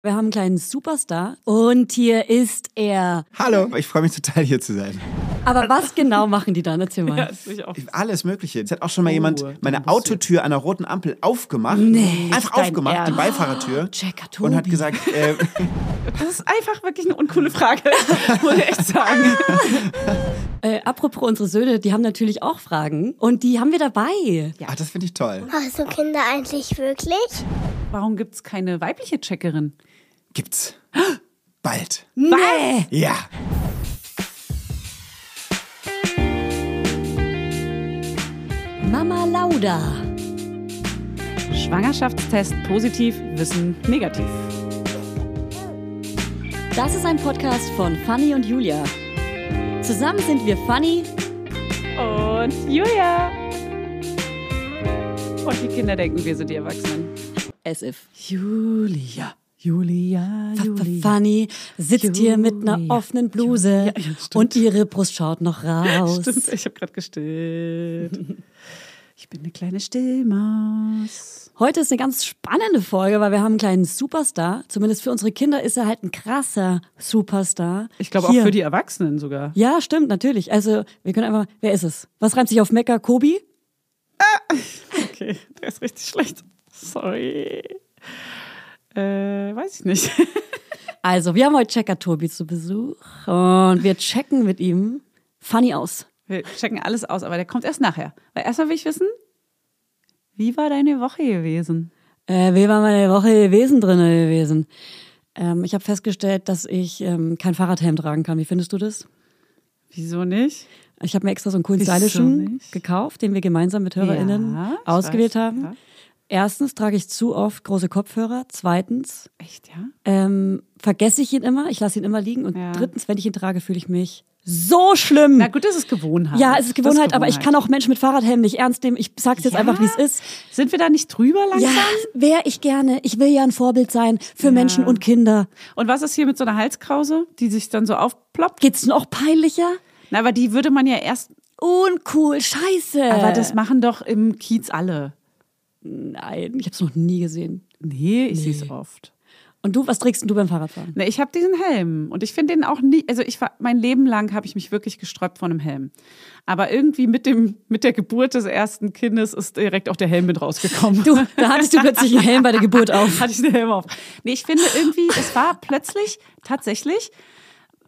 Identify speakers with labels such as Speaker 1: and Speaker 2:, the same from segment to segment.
Speaker 1: Wir haben einen kleinen Superstar und hier ist er.
Speaker 2: Hallo, ich freue mich total hier zu sein.
Speaker 1: Aber was genau machen die dann? Erzähl mal.
Speaker 3: Ja, das will ich auch.
Speaker 2: Alles Mögliche. Es hat auch
Speaker 1: Oh,
Speaker 2: schon mal jemand meine
Speaker 3: bist du-
Speaker 2: Autotür an der roten Ampel aufgemacht.
Speaker 1: Nee,
Speaker 2: einfach
Speaker 1: dein
Speaker 2: aufgemacht, die
Speaker 1: Ernst. Oh,
Speaker 2: Beifahrertür.
Speaker 1: Checker Tobi.
Speaker 2: und hat gesagt, äh,
Speaker 3: Das ist einfach wirklich eine uncoole Frage, muss ich echt sagen.
Speaker 1: äh, apropos unsere Söhne, die haben natürlich auch Fragen und die haben wir dabei.
Speaker 2: ach, das finde ich toll.
Speaker 4: Hast du Also, Kinder eigentlich wirklich?
Speaker 3: Warum gibt es keine weibliche Checkerin?
Speaker 2: Gibt's. Bald.
Speaker 1: Nee.
Speaker 2: Ja.
Speaker 1: Mama Lauda.
Speaker 3: Schwangerschaftstest positiv, Wissen negativ.
Speaker 1: Das ist ein Podcast von Fanny und Julia. Zusammen sind wir Fanny.
Speaker 3: Und Julia. Und die Kinder denken, wir sind die Erwachsenen.
Speaker 1: As if.
Speaker 3: Julia, Julia,
Speaker 1: Fanny sitzt hier mit einer
Speaker 3: Julia.
Speaker 1: offenen Bluse
Speaker 3: Julia, ja, stimmt.
Speaker 1: und ihre Brust schaut noch raus.
Speaker 3: Stimmt, ich habe gerade gestillt. Ich bin eine kleine Stillmaus.
Speaker 1: Heute ist eine ganz spannende Folge, weil wir haben einen kleinen Superstar. Zumindest für unsere Kinder ist er halt ein krasser Superstar.
Speaker 3: Ich glaube auch
Speaker 1: Hier.
Speaker 3: für die Erwachsenen sogar.
Speaker 1: Ja, stimmt, natürlich. Also, wir können einfach. Wer ist es? Was reimt sich auf Mekka? Kobi?
Speaker 3: Okay, der ist richtig schlecht. Sorry. Äh, weiß ich nicht.
Speaker 1: Also, wir haben heute Checker Tobi zu Besuch und wir checken mit ihm Funny aus.
Speaker 3: Wir checken alles aus, aber der kommt erst nachher. Weil erstmal will ich wissen, wie war deine Woche gewesen?
Speaker 1: Äh, wie war meine Woche gewesen drin gewesen? Ähm, ich habe festgestellt, dass ich ähm, kein Fahrradhelm tragen kann. Wie findest du das?
Speaker 3: Wieso nicht?
Speaker 1: Ich habe mir extra so einen coolen
Speaker 3: Wieso
Speaker 1: stylischen
Speaker 3: nicht?
Speaker 1: gekauft, den wir gemeinsam mit HörerInnen
Speaker 3: Ja, ich
Speaker 1: ausgewählt
Speaker 3: weiß,
Speaker 1: haben.
Speaker 3: ja.
Speaker 1: Erstens trage ich zu oft große Kopfhörer. Zweitens
Speaker 3: Echt, ja?
Speaker 1: ähm, vergesse ich ihn immer. Ich lasse ihn immer liegen. Und
Speaker 3: Ja.
Speaker 1: drittens, wenn ich ihn trage, fühle ich mich so schlimm.
Speaker 3: Na gut, das ist Gewohnheit.
Speaker 1: ja, es ist
Speaker 3: Das
Speaker 1: Gewohnheit, aber ich kann auch Menschen mit Fahrradhelm nicht ernst nehmen. Ich sag's jetzt
Speaker 3: Ja?
Speaker 1: einfach, wie es ist.
Speaker 3: Sind wir da nicht drüber
Speaker 1: Ja,
Speaker 3: langsam?
Speaker 1: wäre ich gerne. Ich will ja ein Vorbild sein für Menschen und Kinder.
Speaker 3: Und was ist hier mit so einer Halskrause, die sich dann so aufploppt?
Speaker 1: Geht's noch peinlicher?
Speaker 3: Na, aber die würde man ja erst.
Speaker 1: Uncool, scheiße.
Speaker 3: Aber das machen doch im Kiez alle.
Speaker 1: Nein, ich hab's noch nie gesehen.
Speaker 3: Nee, ich sehe es oft.
Speaker 1: Und du, was trägst denn du beim Fahrradfahren?
Speaker 3: Ne, ich habe diesen Helm und ich finde den auch nie, also ich war, mein Leben lang habe ich mich wirklich gesträubt vor einem Helm. Aber irgendwie mit dem mit der Geburt des ersten Kindes ist direkt auch der Helm mit rausgekommen.
Speaker 1: Du, da hattest du plötzlich einen Helm bei der Geburt auf.
Speaker 3: Hatte ich den Helm auf. Nee, ich finde irgendwie, es war plötzlich tatsächlich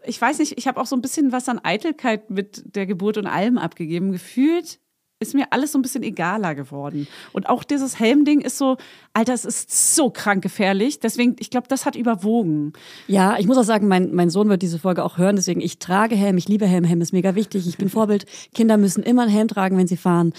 Speaker 3: ich weiß nicht, ich habe auch so ein bisschen was an Eitelkeit mit der Geburt und allem abgegeben. Gefühlt ist mir alles so ein bisschen egaler geworden. Und auch dieses Helmding ist so, Alter, es ist so krank gefährlich. Deswegen, ich glaube, das hat überwogen.
Speaker 1: Ja, ich muss auch sagen, mein, mein Sohn wird diese Folge auch hören, deswegen ich trage Helm, ich liebe Helm, Helm ist mega wichtig, ich bin Vorbild. Kinder müssen immer einen Helm tragen, wenn sie fahren.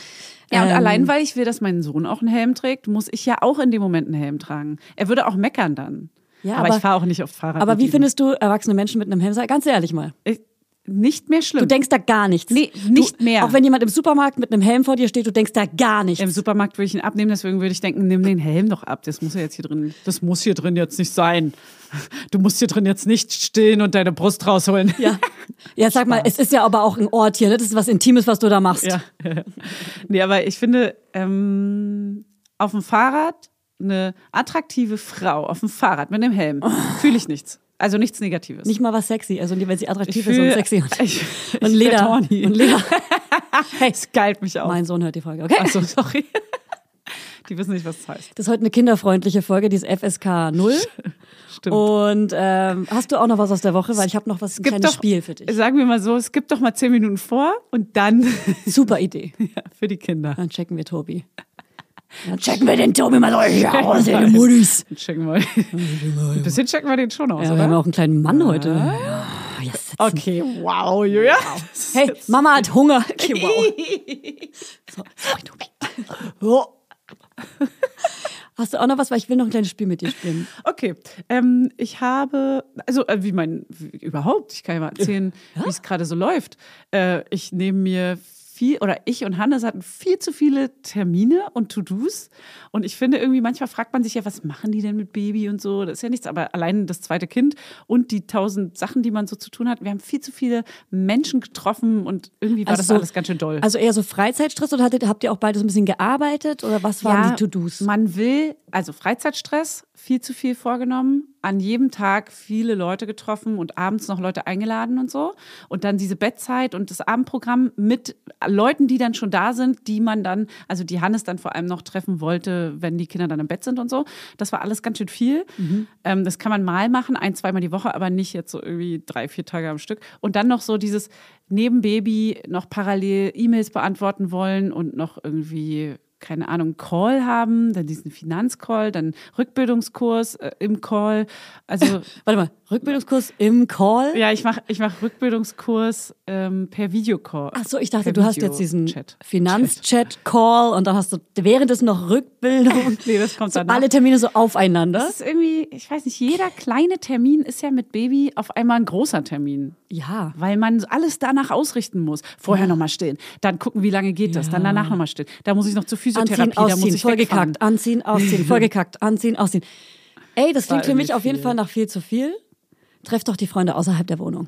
Speaker 3: Ja, und
Speaker 1: Ähm,
Speaker 3: allein weil ich will, dass mein Sohn auch einen Helm trägt, muss ich ja auch in dem Moment einen Helm tragen. Er würde auch meckern dann.
Speaker 1: Ja,
Speaker 3: aber,
Speaker 1: aber-
Speaker 3: ich fahre auch nicht oft Fahrrad.
Speaker 1: Aber
Speaker 3: mit
Speaker 1: wie
Speaker 3: ihm.
Speaker 1: findest du erwachsene Menschen mit einem Helm? Sei ganz ehrlich mal.
Speaker 3: Ich- Nicht mehr schlimm.
Speaker 1: Du denkst da gar nichts.
Speaker 3: Nee, nicht
Speaker 1: du,
Speaker 3: mehr.
Speaker 1: Auch wenn jemand im Supermarkt mit einem Helm vor dir steht, du denkst da gar nichts.
Speaker 3: Im Supermarkt würde ich ihn abnehmen, deswegen würde ich denken, nimm den Helm doch ab. Das muss ja jetzt hier drin, das muss hier drin jetzt nicht sein. Du musst hier drin jetzt nicht stillen und deine Brust rausholen.
Speaker 1: ja. ja, sag mal, es ist ja aber auch ein Ort hier, ne? das ist was Intimes, was du da machst.
Speaker 3: Ja. nee, aber ich finde, ähm, auf dem Fahrrad eine attraktive Frau auf dem Fahrrad mit einem Helm fühle ich nichts. Also nichts Negatives.
Speaker 1: Oh. Nicht mal was sexy, also wenn sie
Speaker 3: ich
Speaker 1: attraktiv ist und
Speaker 3: fühle,
Speaker 1: sexy und,
Speaker 3: ich, ich
Speaker 1: und Leder.
Speaker 3: werd horny.
Speaker 1: Und Leder.
Speaker 3: hey, es geilt mich auf.
Speaker 1: Mein Sohn hört die Folge, okay?
Speaker 3: Achso, sorry. Die wissen nicht, was das heißt.
Speaker 1: Das ist heute eine kinderfreundliche Folge, die ist FSK 0.
Speaker 3: Stimmt.
Speaker 1: Und ähm, hast du auch noch was aus der Woche? Weil ich habe noch was, ein
Speaker 3: gibt
Speaker 1: kleines
Speaker 3: doch-
Speaker 1: Spiel für dich.
Speaker 3: Sagen wir mal so, es gibt doch mal zehn Minuten vor und dann
Speaker 1: Super Idee.
Speaker 3: ja, für die Kinder.
Speaker 1: Dann checken wir Tobi. Dann checken wir den Tobi mal durch. oh, aus, ihr Muttis.
Speaker 3: Dann Checken wir. Ein bisschen checken wir den schon aus,
Speaker 1: Ja, genau. wir haben
Speaker 3: oder?
Speaker 1: auch einen kleinen Mann heute. Ja, yes, jetzt-
Speaker 3: Ah. Okay, wow, Julia.
Speaker 1: Hey, Mama hat Hunger. Okay, wow. So, sorry, Tobi. Oh. Hast du auch noch was? Weil ich will noch ein kleines Spiel mit dir spielen.
Speaker 3: Okay, ähm, ich habe, also äh, wie mein, wie, überhaupt, ich kann ja mal erzählen, wie es gerade so läuft. Äh, ich nehme mir viel, oder ich und Hannes hatten viel zu viele Termine und To-Dos. Und ich finde irgendwie, manchmal fragt man sich ja, was machen die denn mit Baby und so? Das ist ja nichts, aber allein das zweite Kind und die tausend Sachen, die man so zu tun hat. Wir haben viel zu viele Menschen getroffen und irgendwie war das
Speaker 1: so-
Speaker 3: alles ganz schön doll.
Speaker 1: Also eher so Freizeitstress oder hattet, habt ihr auch beide so ein bisschen gearbeitet? Oder was waren die To-Dos?
Speaker 3: Man will, also Freizeitstress, viel zu viel vorgenommen, an jedem Tag viele Leute getroffen und abends noch Leute eingeladen und so. Und dann diese Bettzeit und das Abendprogramm mit Leuten, die dann schon da sind, die man dann, also die Hannes dann vor allem noch treffen wollte, wenn die Kinder dann im Bett sind und so. Das war alles ganz schön viel.
Speaker 1: Mhm.
Speaker 3: Ähm, das kann man mal machen, ein, zweimal die Woche, aber nicht jetzt so irgendwie drei, vier Tage am Stück. Und dann noch so dieses neben Baby noch parallel E-Mails beantworten wollen und noch irgendwie keine Ahnung, Call haben, dann diesen Finanzcall, dann Rückbildungskurs äh, im Call. Also
Speaker 1: Warte mal, Rückbildungskurs im Call?
Speaker 3: ja, ich mache ich mach Rückbildungskurs ähm, per Videocall.
Speaker 1: Ach so, ich dachte,
Speaker 3: Per
Speaker 1: du hast jetzt diesen
Speaker 3: Videochat.
Speaker 1: Finanzchat-Call und dann hast du währenddessen noch Rückbildung.
Speaker 3: Nee, das kommt
Speaker 1: so
Speaker 3: danach.
Speaker 1: alle Termine so aufeinander.
Speaker 3: Das ist irgendwie, ich weiß nicht, jeder kleine Termin ist ja mit Baby auf einmal ein großer Termin.
Speaker 1: Ja.
Speaker 3: Weil man alles danach ausrichten muss. Vorher noch nochmal stillen, dann gucken, wie lange geht das, dann
Speaker 1: Ja.
Speaker 3: danach nochmal stillen. Da muss ich noch zur
Speaker 1: Anziehen,
Speaker 3: Physiotherapie, da muss
Speaker 1: ausziehen,
Speaker 3: ich wegfahren.
Speaker 1: vollgekackt, anziehen, ausziehen, vollgekackt, anziehen, ausziehen. Ey, das
Speaker 3: war
Speaker 1: klingt für mich
Speaker 3: irgendwie
Speaker 1: auf jeden
Speaker 3: viel.
Speaker 1: Fall nach viel zu viel. Treff doch die Freunde außerhalb der Wohnung.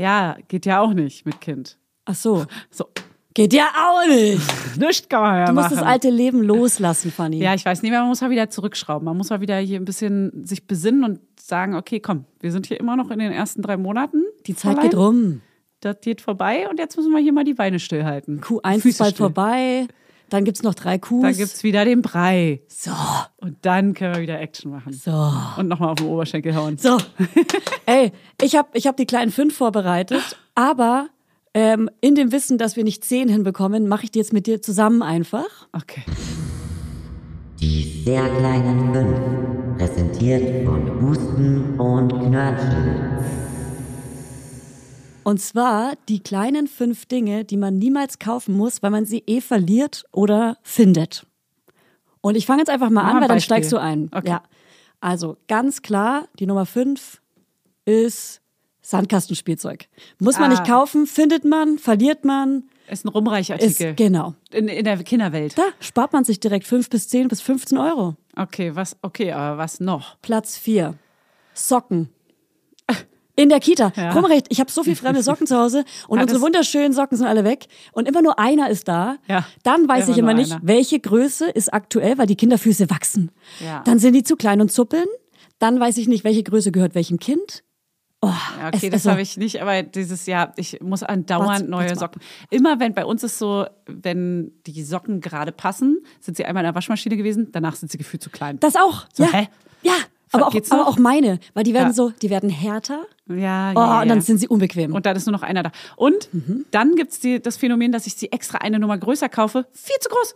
Speaker 3: Ja, geht ja auch nicht mit Kind.
Speaker 1: Ach so,
Speaker 3: So,
Speaker 1: geht ja auch nicht.
Speaker 3: nichts kann man ja
Speaker 1: Du musst
Speaker 3: machen.
Speaker 1: das alte Leben loslassen, Fanny.
Speaker 3: ja, ich weiß nicht, man muss mal wieder zurückschrauben. Man muss mal wieder hier ein bisschen sich besinnen und sagen, okay, komm, wir sind hier immer noch in den ersten drei Monaten.
Speaker 1: die Zeit
Speaker 3: Fräulein.
Speaker 1: geht rum.
Speaker 3: Das geht vorbei und jetzt müssen wir hier mal die Beine stillhalten.
Speaker 1: Q1 ist
Speaker 3: Füße
Speaker 1: bald
Speaker 3: still.
Speaker 1: vorbei. Dann gibt's noch drei Qs.
Speaker 3: Dann gibt's wieder den Brei.
Speaker 1: so,
Speaker 3: Und dann können wir wieder Action machen.
Speaker 1: so.
Speaker 3: Und nochmal auf den Oberschenkel hauen.
Speaker 1: So, ey, ich habe ich hab die kleinen fünf vorbereitet, aber ähm, in dem Wissen, dass wir nicht zehn hinbekommen, mache ich die jetzt mit dir zusammen einfach.
Speaker 3: Okay.
Speaker 5: Die sehr kleinen fünf, präsentiert von Husten und Knörnchen.
Speaker 1: Und zwar die kleinen fünf Dinge, die man niemals kaufen muss, weil man sie eh verliert oder findet. Und ich fange jetzt einfach mal an,
Speaker 3: Mach mal ein
Speaker 1: weil dann
Speaker 3: Beispiel.
Speaker 1: steigst du ein.
Speaker 3: Okay.
Speaker 1: Ja. Also ganz klar, die Nummer fünf ist Sandkastenspielzeug. Muss man
Speaker 3: Ah.
Speaker 1: nicht kaufen, findet man, verliert man.
Speaker 3: Ist ein
Speaker 1: Ist,
Speaker 3: Rumreichartikel.
Speaker 1: genau.
Speaker 3: In, in der Kinderwelt.
Speaker 1: Da spart man sich direkt 5 bis 10 bis 15 Euro.
Speaker 3: Okay, was, okay, aber was noch?
Speaker 1: Platz 4. Socken. In der Kita.
Speaker 3: Ja.
Speaker 1: Komm recht, ich habe so viel fremde Socken zu Hause und
Speaker 3: Ah,
Speaker 1: unsere
Speaker 3: das-
Speaker 1: wunderschönen Socken sind alle weg und immer nur einer ist da.
Speaker 3: Ja.
Speaker 1: Dann weiß
Speaker 3: Immer
Speaker 1: ich immer
Speaker 3: nur
Speaker 1: nicht,
Speaker 3: einer.
Speaker 1: welche Größe ist aktuell, weil die Kinderfüße wachsen.
Speaker 3: Ja.
Speaker 1: Dann sind die zu klein und zuppeln. Dann weiß ich nicht, welche Größe gehört welchem Kind. Oh,
Speaker 3: Ja,
Speaker 1: es
Speaker 3: okay,
Speaker 1: ist
Speaker 3: das
Speaker 1: so.
Speaker 3: habe ich nicht, aber dieses Jahr, ich muss
Speaker 1: Warte,
Speaker 3: andauernd
Speaker 1: warte
Speaker 3: neue
Speaker 1: mal.
Speaker 3: Socken. Immer wenn bei uns ist so, wenn die Socken gerade passen, sind sie einmal in der Waschmaschine gewesen, danach sind sie gefühlt zu klein.
Speaker 1: Das auch.
Speaker 3: So,
Speaker 1: ja.
Speaker 3: hä?
Speaker 1: Ja. Aber auch,
Speaker 3: Geht's
Speaker 1: aber
Speaker 3: noch?
Speaker 1: auch meine, weil die werden
Speaker 3: Ja.
Speaker 1: so, die werden härter.
Speaker 3: ja, ja,
Speaker 1: Oh,
Speaker 3: ja.
Speaker 1: und dann sind Mhm. sie unbequem.
Speaker 3: Und dann ist nur noch einer da. Und dann gibt es das Phänomen, dass ich sie extra eine Nummer größer kaufe. Viel zu groß.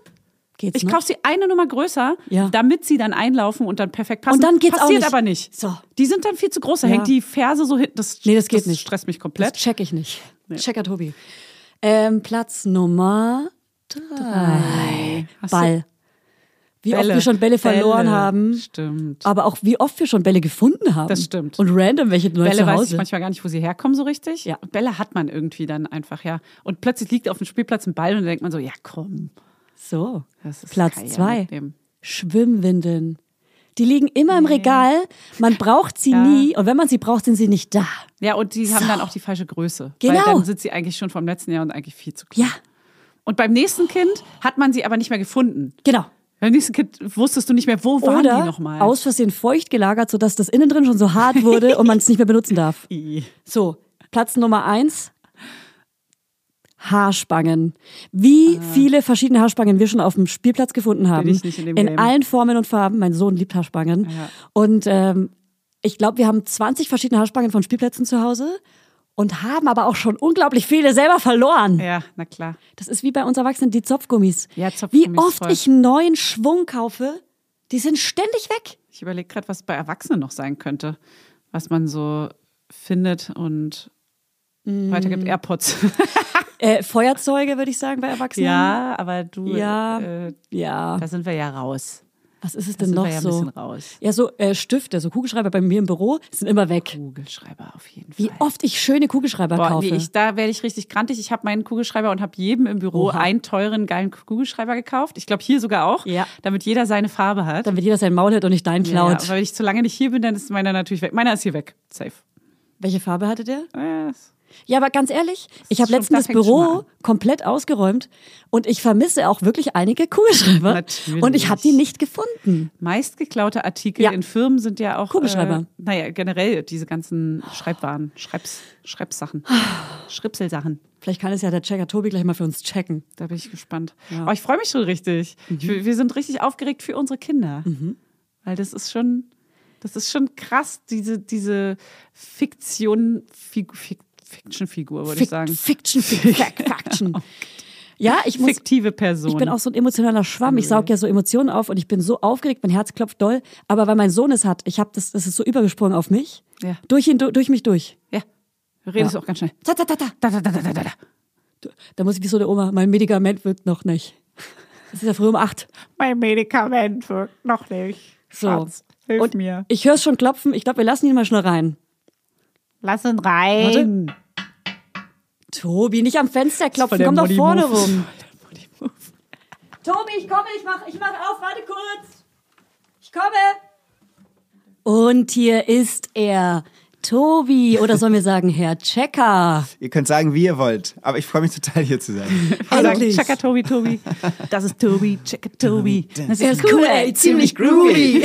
Speaker 1: Geht's
Speaker 3: Ich
Speaker 1: noch?
Speaker 3: kaufe sie eine Nummer größer,
Speaker 1: Ja.
Speaker 3: damit sie dann einlaufen und dann perfekt passen.
Speaker 1: Und dann geht's auch
Speaker 3: Passiert
Speaker 1: nicht.
Speaker 3: aber nicht.
Speaker 1: So.
Speaker 3: Die sind dann viel zu groß. Da
Speaker 1: Ja.
Speaker 3: hängt die Ferse so hinten. Das,
Speaker 1: Nee, das geht nicht.
Speaker 3: stresst mich
Speaker 1: Das
Speaker 3: komplett.
Speaker 1: check ich nicht. Checker Tobi. Ähm, Platz Nummer drei.
Speaker 3: Hast
Speaker 1: Ball. Wie oft
Speaker 3: Bälle.
Speaker 1: wir schon Bälle verloren
Speaker 3: Bälle.
Speaker 1: haben.
Speaker 3: Stimmt.
Speaker 1: Aber auch wie oft wir schon Bälle gefunden haben.
Speaker 3: Das stimmt.
Speaker 1: Und random welche neu
Speaker 3: Bälle
Speaker 1: zu
Speaker 3: weiß ich
Speaker 1: Hause.
Speaker 3: manchmal gar nicht, wo sie herkommen so richtig.
Speaker 1: Ja.
Speaker 3: Und Bälle hat man irgendwie dann einfach, ja. Und plötzlich liegt auf dem Spielplatz ein Ball und dann denkt man so, ja komm.
Speaker 1: so.
Speaker 3: Das ist
Speaker 1: Platz
Speaker 3: kann ich ja
Speaker 1: zwei.
Speaker 3: mitnehmen.
Speaker 1: Schwimmwindeln. Die liegen immer im Regal. Man braucht sie nie. Und wenn man sie braucht, sind sie nicht da.
Speaker 3: Ja, und die haben dann auch die falsche Größe.
Speaker 1: Genau.
Speaker 3: Weil dann sind sie eigentlich schon vom letzten Jahr und eigentlich viel zu klein.
Speaker 1: Ja,
Speaker 3: Und beim nächsten Kind hat man sie aber nicht mehr gefunden.
Speaker 1: genau.
Speaker 3: Beim nächsten Kind wusstest du nicht mehr, wo waren die
Speaker 1: Oder
Speaker 3: nochmal.
Speaker 1: aus Versehen feucht gelagert, sodass das innen drin schon so hart wurde und man es nicht mehr benutzen darf. So, Platz Nummer eins. Haarspangen. Wie viele verschiedene Haarspangen wir schon auf dem Spielplatz gefunden haben.
Speaker 3: Ah. ich nicht in dem Game.
Speaker 1: allen Formen und Farben. Mein Sohn liebt Haarspangen. Und ähm, ich glaube, wir haben 20 verschiedene Haarspangen von Spielplätzen zu Hause und haben aber auch schon unglaublich viele selber verloren.
Speaker 3: Ja, na klar.
Speaker 1: Das ist wie bei uns Erwachsenen, die Zopfgummis.
Speaker 3: Ja, Zopfgummis,
Speaker 1: Wie oft
Speaker 3: voll.
Speaker 1: ich einen neuen Schwung kaufe, die sind ständig weg.
Speaker 3: Ich überlege gerade, was bei Erwachsenen noch sein könnte, was man so findet und
Speaker 1: Mm.
Speaker 3: weitergibt. AirPods.
Speaker 1: Äh, Feuerzeuge, würde ich sagen, bei Erwachsenen.
Speaker 3: ja, aber du,
Speaker 1: Ja.
Speaker 3: äh,
Speaker 1: Ja.
Speaker 3: da sind wir ja raus.
Speaker 1: Was ist es
Speaker 3: Da
Speaker 1: denn
Speaker 3: sind
Speaker 1: noch
Speaker 3: wir ja ein
Speaker 1: so?
Speaker 3: bisschen raus.
Speaker 1: Ja, so äh, Stifte, so Kugelschreiber bei mir im Büro sind immer weg.
Speaker 3: Kugelschreiber auf jeden Fall.
Speaker 1: Wie oft ich schöne Kugelschreiber
Speaker 3: Boah,
Speaker 1: kaufe.
Speaker 3: nee, ich, da werde ich richtig grantig. Ich habe meinen Kugelschreiber und habe jedem im Büro
Speaker 1: Oha.
Speaker 3: einen teuren, geilen Kugelschreiber gekauft. Ich glaube, hier sogar auch,
Speaker 1: Ja.
Speaker 3: damit jeder seine Farbe hat.
Speaker 1: Dann wird jeder sein Maul hält und nicht dein
Speaker 3: Ja,
Speaker 1: klaut.
Speaker 3: aber wenn ich zu lange nicht hier bin, dann ist meiner natürlich weg. Meiner ist hier weg. Safe.
Speaker 1: Welche Farbe hatte der?
Speaker 3: Äh,
Speaker 1: Ja, aber ganz ehrlich, ich habe
Speaker 3: schon
Speaker 1: letztens das
Speaker 3: perfekt schon mal
Speaker 1: Büro
Speaker 3: an.
Speaker 1: komplett ausgeräumt und ich vermisse auch wirklich einige Kugelschreiber.
Speaker 3: Natürlich.
Speaker 1: Und ich habe die nicht gefunden.
Speaker 3: Meistgeklaute Artikel
Speaker 1: Ja.
Speaker 3: in Firmen sind ja auch.
Speaker 1: Kugelschreiber.
Speaker 3: Äh, naja, generell diese ganzen Schreibwaren, Schreibs, Schreibsachen, Ah. Schripselsachen.
Speaker 1: Vielleicht kann es ja der Checker Tobi gleich mal für uns checken.
Speaker 3: Da bin ich gespannt. Aber ich freue mich schon richtig. Ich, wir sind richtig aufgeregt für unsere Kinder. Weil das ist schon, das ist schon krass, diese, diese Fiktion, Fig, Fig, Fiction-Figur, würde ich
Speaker 1: Fic-
Speaker 3: sagen. Oh
Speaker 1: Fiction, Fic- Fac- Faction. Ja, ich muss.
Speaker 3: Fiktive Person.
Speaker 1: Ich bin auch so ein emotionaler Schwamm. Ich saug ja so Emotionen auf und ich bin so aufgeregt, mein Herz klopft doll. Aber weil mein Sohn es hat, ich habe das, das ist so übergesprungen auf mich.
Speaker 3: Ja.
Speaker 1: Durch ihn, du, durch mich durch.
Speaker 3: ja. Du redest auch ganz schnell.
Speaker 1: Ta, ta, ta, ta.
Speaker 3: Da, da, da, da, da, da.
Speaker 1: Du- Da muss ich wie so eine Oma, mein Medikament wirkt noch nicht. Es ist ja früh um acht.
Speaker 3: Mein Medikament wirkt noch nicht.
Speaker 1: So.
Speaker 3: Schatz, hilf
Speaker 1: und
Speaker 3: mir.
Speaker 1: Ich höre es schon klopfen. Ich glaube, wir lassen ihn mal schnell rein.
Speaker 3: Lass ihn rein. Warte.
Speaker 1: Tobi, nicht am Fenster klopfen,
Speaker 3: der
Speaker 1: komm doch
Speaker 3: Muddy
Speaker 1: vorne
Speaker 3: Move.
Speaker 1: rum. Tobi, ich komme, ich mache ich mach auf, warte kurz. Ich komme. Und hier ist er, Tobi, oder sollen wir sagen Herr Checker.
Speaker 2: Ihr könnt sagen, wie ihr wollt, aber ich freue mich total, hier zu sein.
Speaker 1: Endlich.
Speaker 3: Checker Tobi, Tobi. Das ist Tobi, Checker Tobi. Das
Speaker 1: Er ist cool, ey, ziemlich groovy.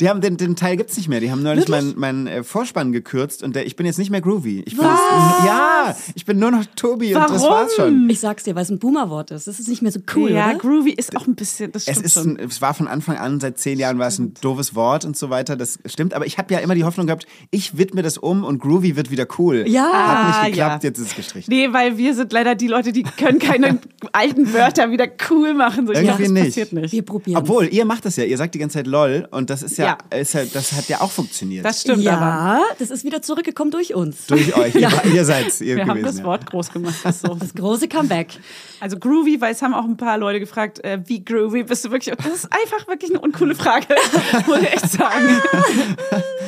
Speaker 2: Die haben den, den Teil gibt's nicht mehr. Die haben neulich meinen mein, äh, Vorspann gekürzt und der, ich bin jetzt nicht mehr groovy. Ich bin Jetzt, ja, ich bin nur noch Tobi und das
Speaker 3: Warum?
Speaker 2: war's schon.
Speaker 1: Ich sag's dir, weil es ein Boomerwort ist. Es ist nicht mehr so cool,
Speaker 3: ja,
Speaker 1: oder?
Speaker 3: groovy ist auch ein bisschen, das
Speaker 2: Es,
Speaker 3: stimmt
Speaker 2: ist
Speaker 3: schon.
Speaker 2: ein, es war von Anfang an, seit zehn Jahren war es ein doofes Wort und so weiter, das stimmt. Aber ich habe ja immer die Hoffnung gehabt, ich widme das um und Groovy wird wieder cool.
Speaker 1: Ja.
Speaker 2: Hat
Speaker 3: Ah,
Speaker 2: nicht geklappt,
Speaker 3: ja.
Speaker 2: jetzt ist es gestrichen.
Speaker 3: Nee, weil wir sind leider die Leute, die können keine alten Wörter wieder cool machen. So, ich
Speaker 2: Irgendwie
Speaker 3: glaub, das
Speaker 2: nicht.
Speaker 3: passiert nicht.
Speaker 1: Wir probieren
Speaker 2: Obwohl, ihr macht das ja, ihr sagt die ganze Zeit LOL und das ist ja, Ist ja das hat ja auch funktioniert.
Speaker 3: Das stimmt aber.
Speaker 1: Ja, das ist wieder zurückgekommen durch uns.
Speaker 2: Durch euch, ihr, ihr seid ihr
Speaker 3: Wir
Speaker 2: gewesen.
Speaker 3: haben das
Speaker 2: ja.
Speaker 3: Wort groß gemacht. Das ist so.
Speaker 1: Das große Comeback.
Speaker 3: Also groovy, weil es haben auch ein paar Leute gefragt, äh, wie groovy bist du wirklich? Und das ist einfach wirklich eine uncoole Frage, muss ich echt sagen.